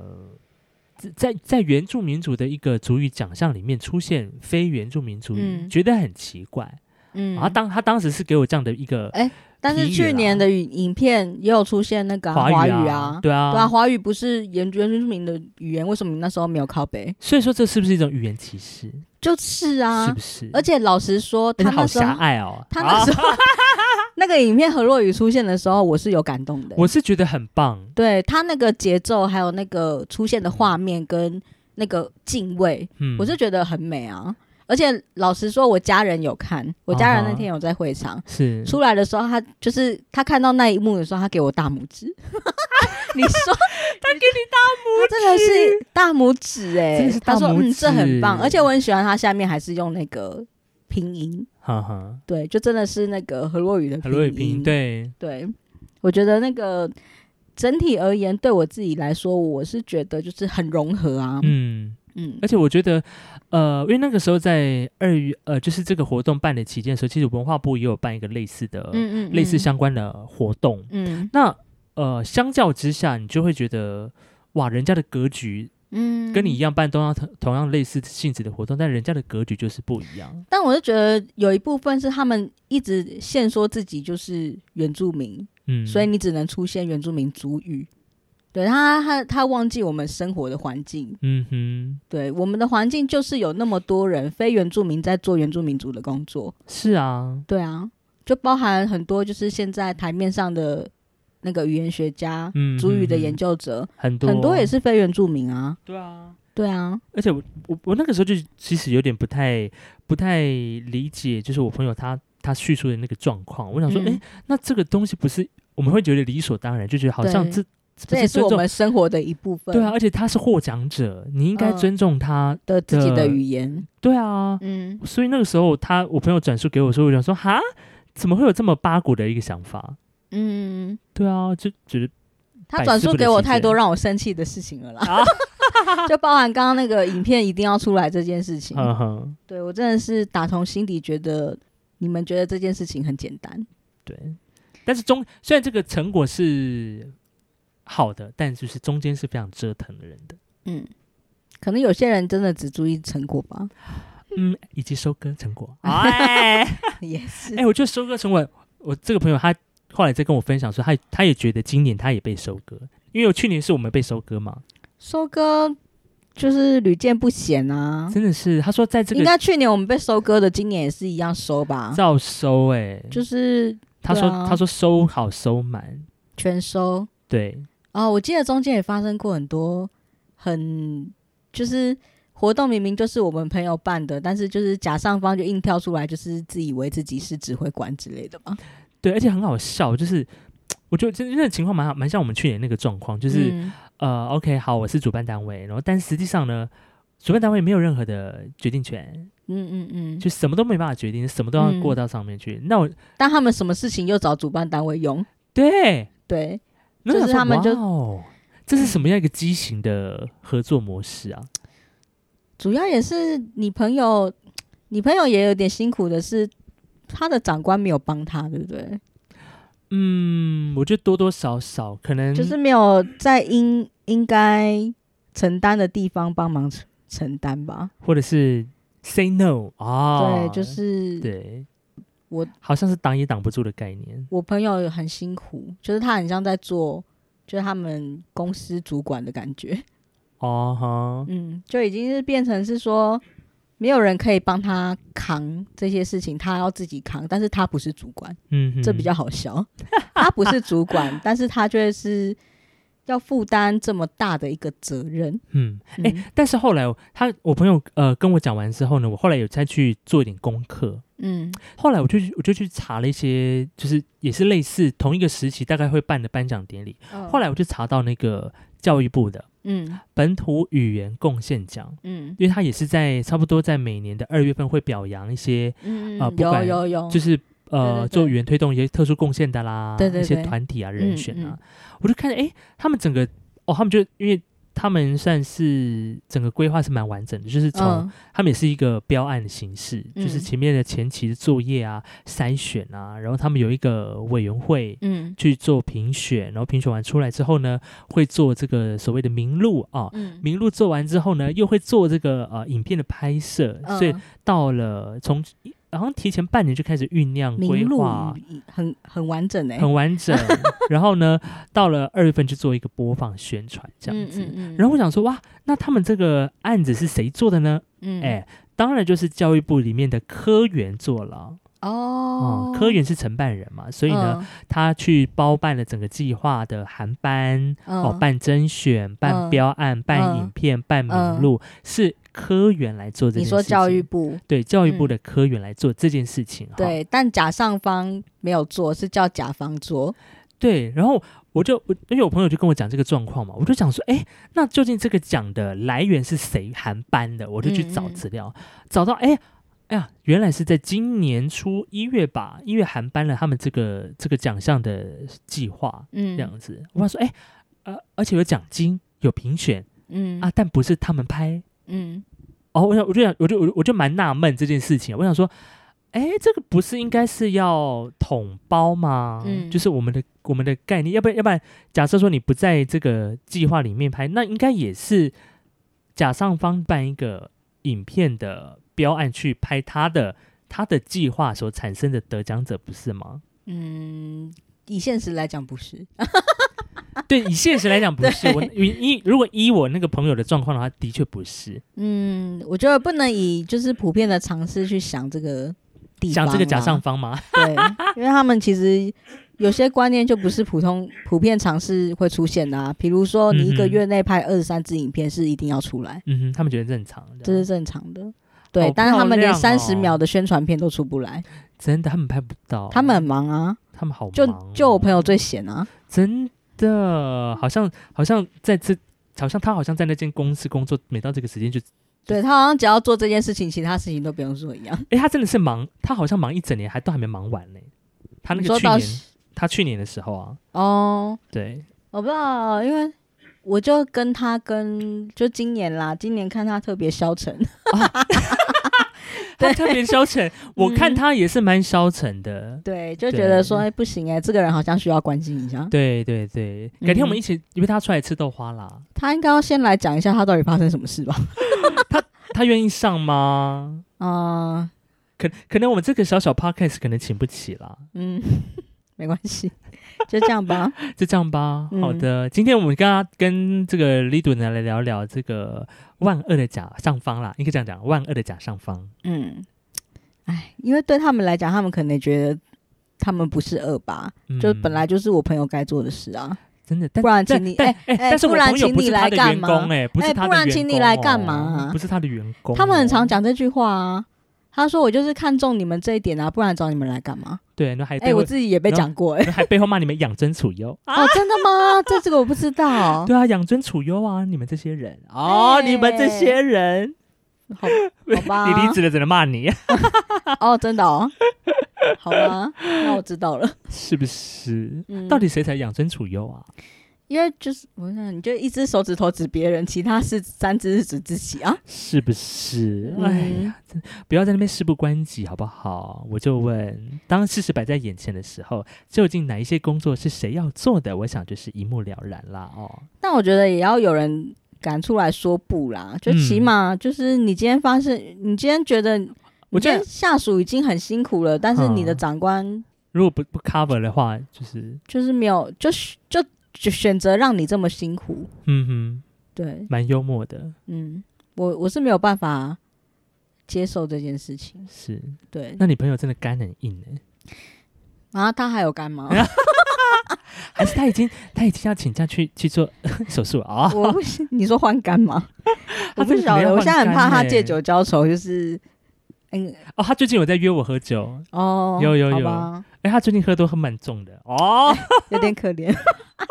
[SPEAKER 2] 在在在原住民族的一个族语奖项里面出现非原住民族语，
[SPEAKER 3] 嗯
[SPEAKER 2] 觉得很奇怪。
[SPEAKER 3] 嗯，
[SPEAKER 2] 啊，他当他当时是给我这样的一个
[SPEAKER 3] 哎但是
[SPEAKER 2] 题语
[SPEAKER 3] 去
[SPEAKER 2] 啦
[SPEAKER 3] 年的语影片也有出现那个啊华
[SPEAKER 2] 语
[SPEAKER 3] 啊，
[SPEAKER 2] 对啊，
[SPEAKER 3] 对啊，华语不是原原住民的语言，为什么你那时候没有靠背？
[SPEAKER 2] 所以说这是不是一种语言歧视？
[SPEAKER 3] 就是哎啊，
[SPEAKER 2] 是不是？
[SPEAKER 3] 而且老实说，
[SPEAKER 2] 而且
[SPEAKER 3] 他
[SPEAKER 2] 好
[SPEAKER 3] 那时
[SPEAKER 2] 狭
[SPEAKER 3] 候
[SPEAKER 2] 隘哦。
[SPEAKER 3] 他那时
[SPEAKER 2] 啊、
[SPEAKER 3] 候、 那个影片何洛雨出现的时候，我是有感动的。
[SPEAKER 2] 我是觉得很棒，
[SPEAKER 3] 对他那个节奏，还有那个出现的画面跟那个敬畏，
[SPEAKER 2] 嗯，
[SPEAKER 3] 我是觉得很美啊。而且老实说，我家人有看，我家人那天有在会场。
[SPEAKER 2] 是
[SPEAKER 3] 出来的时候，他就是他看到那一幕的时候，他给我大拇指。 你说 他给你大拇指，真的是大拇指哎、
[SPEAKER 2] 真的是大
[SPEAKER 3] 他说
[SPEAKER 2] 拇
[SPEAKER 3] 嗯，这很棒，
[SPEAKER 2] 指
[SPEAKER 3] 而且我很喜欢他下面还是用那个拼音，
[SPEAKER 2] 哈哈，
[SPEAKER 3] 对，就真的是那个何洛雨的
[SPEAKER 2] 很多语
[SPEAKER 3] 拼
[SPEAKER 2] 拼
[SPEAKER 3] 音。
[SPEAKER 2] 对，
[SPEAKER 3] 对，我觉得那个整体而言，对我自己来说，我是觉得就是很融合啊。嗯
[SPEAKER 2] 嗯。而且我觉得，呃，因为那个时候在二月，呃，就是这个活动办的期间的时候，其实文化部也有办一个类似的、
[SPEAKER 3] 嗯
[SPEAKER 2] 类似相关的活动。
[SPEAKER 3] 嗯
[SPEAKER 2] 那呃，相较之下，你就会觉得，哇，人家的格局
[SPEAKER 3] 嗯
[SPEAKER 2] 跟你一。样办同样同同样类似性质的活动，但人家的格局就是不一样。
[SPEAKER 3] 但我就觉得有一部分是他们一直限说自己就是原住民，
[SPEAKER 2] 嗯，
[SPEAKER 3] 所以你只能出现原住民族语。对他，他他忘记我们生活的环境，
[SPEAKER 2] 嗯哼，
[SPEAKER 3] 对我们的环境就是有那么多人非原住民在做原住民族的工作，
[SPEAKER 2] 是啊，
[SPEAKER 3] 对啊，就包含很多就是现在台面上的那个语言学家、
[SPEAKER 2] 嗯，
[SPEAKER 3] 主语的
[SPEAKER 2] 嗯
[SPEAKER 3] 研究者，
[SPEAKER 2] 很多
[SPEAKER 3] 很多也是非原住民啊。
[SPEAKER 2] 对啊。
[SPEAKER 3] 对啊，
[SPEAKER 2] 而且我我我那个时候就其实有点不太不太理解，就是我朋友他他叙述的那个状况，我想说，
[SPEAKER 3] 嗯
[SPEAKER 2] 哎、那这个东西不是我们会觉得理所当然，就觉得好像
[SPEAKER 3] 对
[SPEAKER 2] 这啊这不
[SPEAKER 3] 这也是
[SPEAKER 2] 尊
[SPEAKER 3] 我
[SPEAKER 2] 重
[SPEAKER 3] 们生活的一部分。
[SPEAKER 2] 对啊，，而且他是获奖者，你应该
[SPEAKER 3] 嗯
[SPEAKER 2] 尊重他。
[SPEAKER 3] 的自己
[SPEAKER 2] 的
[SPEAKER 3] 的语言，
[SPEAKER 2] 对啊，
[SPEAKER 3] 嗯，
[SPEAKER 2] 所以那个时候他我朋友转述给我说，我想说，哈，怎么会有这么八股的一个想法？
[SPEAKER 3] 嗯，
[SPEAKER 2] 对啊，就觉得
[SPEAKER 3] 他转述给我太多
[SPEAKER 2] 百
[SPEAKER 3] 让我生气的事情了啦，
[SPEAKER 2] 啊，
[SPEAKER 3] 就包含刚刚那个影片一定要出来这件事情，
[SPEAKER 2] 嗯哼，
[SPEAKER 3] 对我真的是打从心底觉得你们觉得这件事情很简单，
[SPEAKER 2] 对。但是中虽然这个成果是好的，但就是中间是非常折腾的人的。
[SPEAKER 3] 嗯，可能有些人真的只注意成果 吧，
[SPEAKER 2] 嗯，以及收割成 果。哎，
[SPEAKER 3] 也是，
[SPEAKER 2] 哎，我觉得收割成果，我这个朋友他后来在跟我分享说，他他也觉得今年他也被收割，因为我去年是我们被收割嘛，
[SPEAKER 3] 收割就是屡见不鲜啊。
[SPEAKER 2] 真的是他说在这
[SPEAKER 3] 应
[SPEAKER 2] 个
[SPEAKER 3] 该去年我们被收割的，今年也是一样收吧，
[SPEAKER 2] 照收哎、
[SPEAKER 3] 就是
[SPEAKER 2] 他说、
[SPEAKER 3] 对啊
[SPEAKER 2] 他说收好收满，
[SPEAKER 3] 全收。
[SPEAKER 2] 对，
[SPEAKER 3] 哦，我记得中间也发生过很多很就是活动，明明就是我们朋友办的，但是就是假上方就硬跳出来，就是自以为自己是指挥官之类的嘛。
[SPEAKER 2] 对，而且很好笑，就是。我觉得真真的情况蛮好蛮像我们去年那个状况，就、
[SPEAKER 3] 就是
[SPEAKER 2] 呃，OK，好，我是主办单位，然后但实际上呢，主办单位没有任何的决定权，
[SPEAKER 3] 嗯嗯嗯，
[SPEAKER 2] 就什么都没办法决定，什么都要
[SPEAKER 3] 嗯
[SPEAKER 2] 过到上面去。那我
[SPEAKER 3] 但他们什么事情又找主办单位用，
[SPEAKER 2] 对，
[SPEAKER 3] 对，
[SPEAKER 2] 那
[SPEAKER 3] 就是
[SPEAKER 2] 我想说
[SPEAKER 3] 他们就
[SPEAKER 2] 哇哦，这是什么样一个畸形的合作模式啊？
[SPEAKER 3] 主要也是你朋友，你朋友也有点辛苦的是，他的长官没有帮他，对不对？
[SPEAKER 2] 嗯，我觉得多多少少可能
[SPEAKER 3] 就是没有在应应该承担的地方帮忙承承担吧。
[SPEAKER 2] 或者是 say no 啊，
[SPEAKER 3] 对，就是
[SPEAKER 2] 对，
[SPEAKER 3] 我
[SPEAKER 2] 好像是挡也挡不住的概念。
[SPEAKER 3] 我朋友很辛苦，就是他很像在做，就是他们公司主管的感觉。
[SPEAKER 2] 哦哈，
[SPEAKER 3] 嗯，就已经是变成是说，没有人可以帮他扛这些事情，他要自己扛，但是他不是主管，
[SPEAKER 2] 嗯哼，
[SPEAKER 3] 这比较好笑。 他不是主 管，但是他却是要负担这么大的一个责任。
[SPEAKER 2] 嗯。
[SPEAKER 3] 嗯、
[SPEAKER 2] 哎但是后来我他我朋友呃跟我讲完之后呢，我后来有再去做一点功课，
[SPEAKER 3] 嗯
[SPEAKER 2] 后来我就去我就去查了一些，就是也是类似同一个时期大概会办的颁奖典礼。后
[SPEAKER 3] 来，
[SPEAKER 2] 来我就查到那个教育部的
[SPEAKER 3] 嗯
[SPEAKER 2] 本土语言贡献奖，
[SPEAKER 3] 嗯
[SPEAKER 2] 因为他也是在差不多在每年的二月份会表扬一些
[SPEAKER 3] 嗯，
[SPEAKER 2] 啊
[SPEAKER 3] 嗯
[SPEAKER 2] 不
[SPEAKER 3] 有
[SPEAKER 2] 管
[SPEAKER 3] 有有，
[SPEAKER 2] 就是。
[SPEAKER 3] 对
[SPEAKER 2] 呃，
[SPEAKER 3] 对
[SPEAKER 2] 做语言推动一些特殊贡献的啦，
[SPEAKER 3] 对对
[SPEAKER 2] 一些
[SPEAKER 3] 对
[SPEAKER 2] 团体啊、
[SPEAKER 3] 嗯
[SPEAKER 2] 人选啊，
[SPEAKER 3] 嗯
[SPEAKER 2] 我就看，哎，他们整个哦，他们就因为他们算是整个规划是蛮完整的，就是从、
[SPEAKER 3] 嗯
[SPEAKER 2] 他们也是一个标案的形式，就是
[SPEAKER 3] 嗯
[SPEAKER 2] 前面的前期的作业啊、筛选啊，然后他们有一个委员会
[SPEAKER 3] 嗯
[SPEAKER 2] 去做评选，然后评选完出来之后呢，会做这个所谓的名录啊。
[SPEAKER 3] 嗯，
[SPEAKER 2] 名录做完之后呢，又会做这个呃影片的拍摄，所以
[SPEAKER 3] 嗯
[SPEAKER 2] 到了从好像提前半年就开始酝酿规
[SPEAKER 3] 名录
[SPEAKER 2] 划，
[SPEAKER 3] 嗯语很很完整哎、
[SPEAKER 2] 很完 整。然后呢，到了二月份就做一个播放宣传这样子。
[SPEAKER 3] 嗯嗯嗯、
[SPEAKER 2] 然后我想说，哇，那他们这个案子是谁做的呢？
[SPEAKER 3] 嗯
[SPEAKER 2] 哎、当然就是教育部里面的科员做了
[SPEAKER 3] 哦嗯
[SPEAKER 2] 哦，科员是承办人嘛，所以呢，他去包办了整个计划的函班，
[SPEAKER 3] 嗯，
[SPEAKER 2] 哦，
[SPEAKER 3] 嗯
[SPEAKER 2] 办甄选、办
[SPEAKER 3] 嗯
[SPEAKER 2] 标案、办
[SPEAKER 3] 嗯
[SPEAKER 2] 影片、办名
[SPEAKER 3] 嗯
[SPEAKER 2] 录，是科员来做这件
[SPEAKER 3] 你
[SPEAKER 2] 事情。
[SPEAKER 3] 说教育部
[SPEAKER 2] 对教育部
[SPEAKER 3] 嗯
[SPEAKER 2] 的科员来做这件事情哈。
[SPEAKER 3] 对，但甲上方没有做，是叫甲方做。
[SPEAKER 2] 对，然后我就我因为我朋友就跟我讲这个状况嘛，我就想说，哎，那究竟这个奖的来源是谁含班的？我就去找
[SPEAKER 3] 嗯嗯
[SPEAKER 2] 资料，找到哎。哎呀，原来是在今年初一月吧，一月含班了他们这个这个奖项的计划这
[SPEAKER 3] 嗯，
[SPEAKER 2] 样子。我想说，哎，呃，而且有奖金，有评选
[SPEAKER 3] 嗯
[SPEAKER 2] 啊，，但不是他们拍
[SPEAKER 3] 嗯
[SPEAKER 2] 哦。我想，我就想，我就我就我就蛮纳闷这件事情。我想说，哎，这个不是应该是要统包吗？
[SPEAKER 3] 嗯
[SPEAKER 2] 就是我们的我们的概念，要不然要不然，假设说你不在这个计划里面拍，那应该也是甲上方办一个影片的标案去拍他的他的计划所产生的得奖者，不是吗？
[SPEAKER 3] 嗯，以现实来讲不是，啊
[SPEAKER 2] 对，以现实来讲不 是。我依如果依我那个朋友的状况的话，的确不是。
[SPEAKER 3] 嗯，我觉得不能以就是普遍的常识去想这个地方
[SPEAKER 2] 讲
[SPEAKER 3] 啦，
[SPEAKER 2] 这个甲上方吗？
[SPEAKER 3] 对，因为他们其实有些观念就不是普通普遍常识会出现的啊，比如说你一
[SPEAKER 2] 嗯
[SPEAKER 3] 个
[SPEAKER 2] 哼
[SPEAKER 3] 月内拍二十三支影片是一定要出来，
[SPEAKER 2] 嗯哼，他们觉得正常的，
[SPEAKER 3] 这是正常的。对
[SPEAKER 2] 好，
[SPEAKER 3] 但是他们
[SPEAKER 2] 漂
[SPEAKER 3] 连
[SPEAKER 2] 亮
[SPEAKER 3] 三
[SPEAKER 2] 哦
[SPEAKER 3] 十秒的宣传片都出不来，
[SPEAKER 2] 真的，他们拍不到，
[SPEAKER 3] 他们很忙啊，
[SPEAKER 2] 他们好忙
[SPEAKER 3] 就
[SPEAKER 2] 哦
[SPEAKER 3] 就我朋友最闲啊，
[SPEAKER 2] 真的好像好像在这，好像他好像在那间公司工作，每到这个时间就，
[SPEAKER 3] 对他好像只要做这件事情，其他事情都不用做一 样。
[SPEAKER 2] 哎，他真的是忙，他好像忙一整年，还都还没忙完呢。他那
[SPEAKER 3] 你
[SPEAKER 2] 个
[SPEAKER 3] 说
[SPEAKER 2] 去
[SPEAKER 3] 到
[SPEAKER 2] 年，他去年的时候啊，
[SPEAKER 3] 哦，
[SPEAKER 2] 对，
[SPEAKER 3] 我不知道，因为我就跟他跟就今年啦，今年看他特别消沉，
[SPEAKER 2] 他特别消沉，我看
[SPEAKER 3] 嗯
[SPEAKER 2] 他也是蛮消沉的。
[SPEAKER 3] 对，就
[SPEAKER 2] 对
[SPEAKER 3] 觉得说哎、不行哎、这个人好像需要关心一下，
[SPEAKER 2] 对对对，改天我们
[SPEAKER 3] 嗯
[SPEAKER 2] 一起约他出来吃豆花啦。
[SPEAKER 3] 他应该要先来讲一下他到底发生什么事吧？
[SPEAKER 2] 他愿意上吗？
[SPEAKER 3] 啊、
[SPEAKER 2] 可可能我们这个小小 podcast 可能请不起啦。
[SPEAKER 3] 嗯， 没关系，就这样吧。
[SPEAKER 2] 就这样吧。
[SPEAKER 3] 嗯
[SPEAKER 2] 好的，今天我们跟他跟这个 Lido 呢来聊聊这个万恶的假上方啦，应该这样讲，万恶的假上方。
[SPEAKER 3] 嗯，哎，因为对他们来讲，他们可能觉得他们不是恶吧，
[SPEAKER 2] 嗯
[SPEAKER 3] 就本来就是我朋友该做的事啊。
[SPEAKER 2] 真的，但
[SPEAKER 3] 不然
[SPEAKER 2] 但
[SPEAKER 3] 请你
[SPEAKER 2] 但
[SPEAKER 3] 哎
[SPEAKER 2] 哎，
[SPEAKER 3] 哎
[SPEAKER 2] 但是我
[SPEAKER 3] 不然
[SPEAKER 2] 朋友
[SPEAKER 3] 请
[SPEAKER 2] 不是
[SPEAKER 3] 你
[SPEAKER 2] 他
[SPEAKER 3] 来
[SPEAKER 2] 的
[SPEAKER 3] 干
[SPEAKER 2] 员工
[SPEAKER 3] 嘛
[SPEAKER 2] 哎，不是
[SPEAKER 3] 哎
[SPEAKER 2] 他的员工哦，
[SPEAKER 3] 不然请你来干嘛
[SPEAKER 2] 不是他的员工哦，
[SPEAKER 3] 他们很常讲这句话啊，他说我就是看中你们这一点啊，不然找你们来干嘛？
[SPEAKER 2] 对，那还
[SPEAKER 3] 哎、
[SPEAKER 2] 背后
[SPEAKER 3] 我自己也被讲过哎、
[SPEAKER 2] 还背后骂你们养尊处优。
[SPEAKER 3] 哦，真的 吗？这这个我不知道，
[SPEAKER 2] 对啊，养尊处优啊，你们这些人哦，
[SPEAKER 3] 哎
[SPEAKER 2] 你们这些人，
[SPEAKER 3] 好好吧，
[SPEAKER 2] 你离职了只能骂 你，
[SPEAKER 3] 哦，真的哦，好吧，那我知道了。
[SPEAKER 2] 是不是？
[SPEAKER 3] 嗯，
[SPEAKER 2] 到底谁才养尊处优啊？
[SPEAKER 3] 因为就是我想，你就一只手指头指别人，其他是三只是指自己啊。
[SPEAKER 2] 是不是？
[SPEAKER 3] 嗯
[SPEAKER 2] 哎呀，真不要在那边事不关己，好不好？我就问，当事实摆在眼前的时候，究竟哪一些工作是谁要做的？我想就是一目了然啦。哦，
[SPEAKER 3] 但我觉得也要有人敢出来说不啦，就起码就是你今天发现，你今天觉得，
[SPEAKER 2] 嗯我觉得
[SPEAKER 3] 你今天下属已经很辛苦了，但是
[SPEAKER 2] 嗯
[SPEAKER 3] 你的长官
[SPEAKER 2] 如果不不 cover 的话，就是
[SPEAKER 3] 就是没有，就是就就选择让你这么辛苦。
[SPEAKER 2] 嗯
[SPEAKER 3] 对
[SPEAKER 2] 哼，，蛮幽默的，
[SPEAKER 3] 嗯，我我是没有办法接受这件事情。
[SPEAKER 2] 是。
[SPEAKER 3] 对，
[SPEAKER 2] 那你朋友真的肝很硬哎、
[SPEAKER 3] 然后他还有干 嘛？
[SPEAKER 2] 还是他已经他已经要请假去去做手术啊？
[SPEAKER 3] 我不行，你说换 肝吗？我不晓得，我现在很怕他借酒浇愁，就是，嗯，
[SPEAKER 2] 哦，他最近有在约我喝酒，
[SPEAKER 3] 哦，
[SPEAKER 2] 有有有
[SPEAKER 3] 好吧，
[SPEAKER 2] 哎、他最近喝都喝蛮重的哦，
[SPEAKER 3] 有点可怜，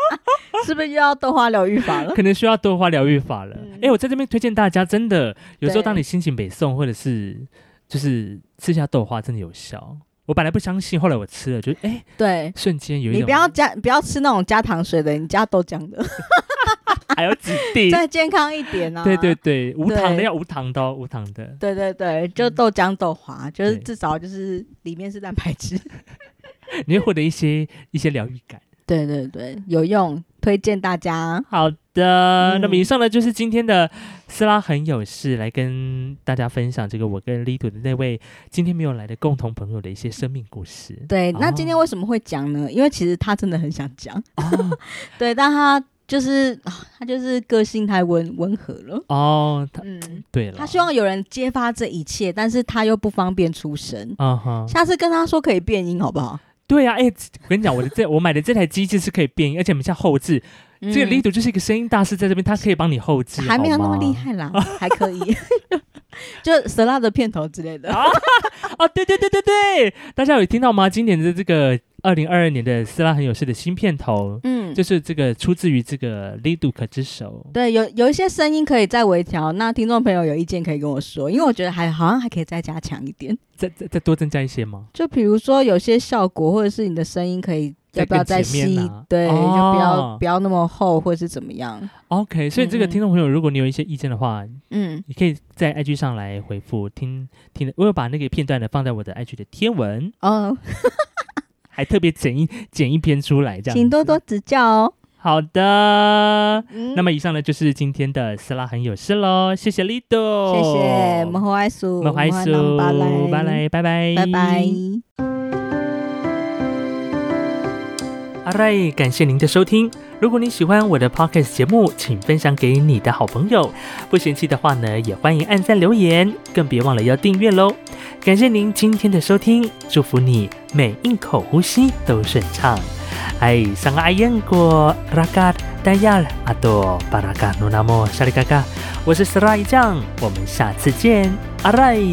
[SPEAKER 3] 是不是又要豆花疗愈 法了？
[SPEAKER 2] 可能需要多花疗愈法了。哎、
[SPEAKER 3] 嗯
[SPEAKER 2] 我在这边推荐大家，真的有时候
[SPEAKER 3] 对
[SPEAKER 2] 当你心情北宋，或者是就是吃下豆花，真的有效。我本来不相信，后来我吃了，就哎、
[SPEAKER 3] 对。
[SPEAKER 2] 瞬间有一
[SPEAKER 3] 你
[SPEAKER 2] 种
[SPEAKER 3] 不要 加，不要吃那种加糖水的，你加豆浆 的，
[SPEAKER 2] 还有几滴，
[SPEAKER 3] 再健康一点啊！
[SPEAKER 2] 对对对，无糖的
[SPEAKER 3] 对
[SPEAKER 2] 要无糖的、哦，无糖的。
[SPEAKER 3] 对对对，就豆浆豆花，就是
[SPEAKER 2] 对
[SPEAKER 3] 至少就是里面是蛋白质。
[SPEAKER 2] 你会获得一些一些疗愈感。
[SPEAKER 3] 对对对，有用，推荐大家。
[SPEAKER 2] 好的，
[SPEAKER 3] 嗯
[SPEAKER 2] 那么以上呢就是今天的斯拉很有事来跟大家分享这个我跟 Lido 的那位今天没有来的共同朋友的一些生命故事。
[SPEAKER 3] 对，那
[SPEAKER 2] 哦
[SPEAKER 3] 今天为什么会讲呢？因为其实他真的很想讲，
[SPEAKER 2] 哦
[SPEAKER 3] 对，但他就是、啊他就是个性太温温和了。
[SPEAKER 2] 哦，他
[SPEAKER 3] 嗯，
[SPEAKER 2] 对了，
[SPEAKER 3] 他希望有人揭发这一切，但是他又不方便出声。
[SPEAKER 2] 啊哈，
[SPEAKER 3] 下次跟他说可以变音，好不好？
[SPEAKER 2] 对啊，哎、我跟你讲，我的这我买的这台机器是可以变音，而且我们像后置，这个
[SPEAKER 3] 力
[SPEAKER 2] Lido 就是一个声音大师，在这边他可以帮你后置，
[SPEAKER 3] 嗯还没有那么
[SPEAKER 2] 好吗
[SPEAKER 3] 厉害 啦，还可以，就蛇拉的片头之类的。
[SPEAKER 2] 啊！对对对对对，大家有听到吗？今年的这个二零二二年的斯拉很有事的新片头，
[SPEAKER 3] 嗯，
[SPEAKER 2] 就是这个出自于这个 Lido 可之手。
[SPEAKER 3] 对，有有一些声音可以再微调，那听众朋友有意见可以跟我说，因为我觉得还好像还可以再加强一点。
[SPEAKER 2] 再再再多增加一些吗？
[SPEAKER 3] 就比如说有些效果，或者是你的声音可以
[SPEAKER 2] 再
[SPEAKER 3] 要不要
[SPEAKER 2] 更
[SPEAKER 3] 再
[SPEAKER 2] 前面
[SPEAKER 3] 细？
[SPEAKER 2] 啊
[SPEAKER 3] 对，
[SPEAKER 2] 哦
[SPEAKER 3] 就不要不要那么厚，或者是怎么样？
[SPEAKER 2] OK，所以这个
[SPEAKER 3] 嗯嗯
[SPEAKER 2] 听众朋友，如果你有一些意见的话，
[SPEAKER 3] 嗯，
[SPEAKER 2] 你可以在 IG 上来回复听听。我有把那个片段呢放在我的 IG 的天文，
[SPEAKER 3] 哦，
[SPEAKER 2] 还特别剪一剪一篇出来，这样。
[SPEAKER 3] 请多多。指教哦。
[SPEAKER 2] 好的，
[SPEAKER 3] 嗯
[SPEAKER 2] 那么以上呢就是今天的斯拉很有事喽，谢谢 Lido，
[SPEAKER 3] 谢谢，摩诃爱苏，
[SPEAKER 2] 莫怀
[SPEAKER 3] 南
[SPEAKER 2] 苏，
[SPEAKER 3] 巴莱，
[SPEAKER 2] 拜拜，拜拜，
[SPEAKER 3] 拜拜。
[SPEAKER 2] 阿瑞，感谢您的收听。如果你喜欢我的 podcast 节目，请分享给你的好朋友。不嫌弃的话呢，也欢迎按赞留言，更别忘了要订阅喽。感谢您今天的收听，祝福你每一口呼吸都顺畅。哎，上个阿燕过拉嘎丹亚阿多巴拉嘎努纳莫沙里嘎嘎，我是 Sra 酱，我们下次见，阿瑞。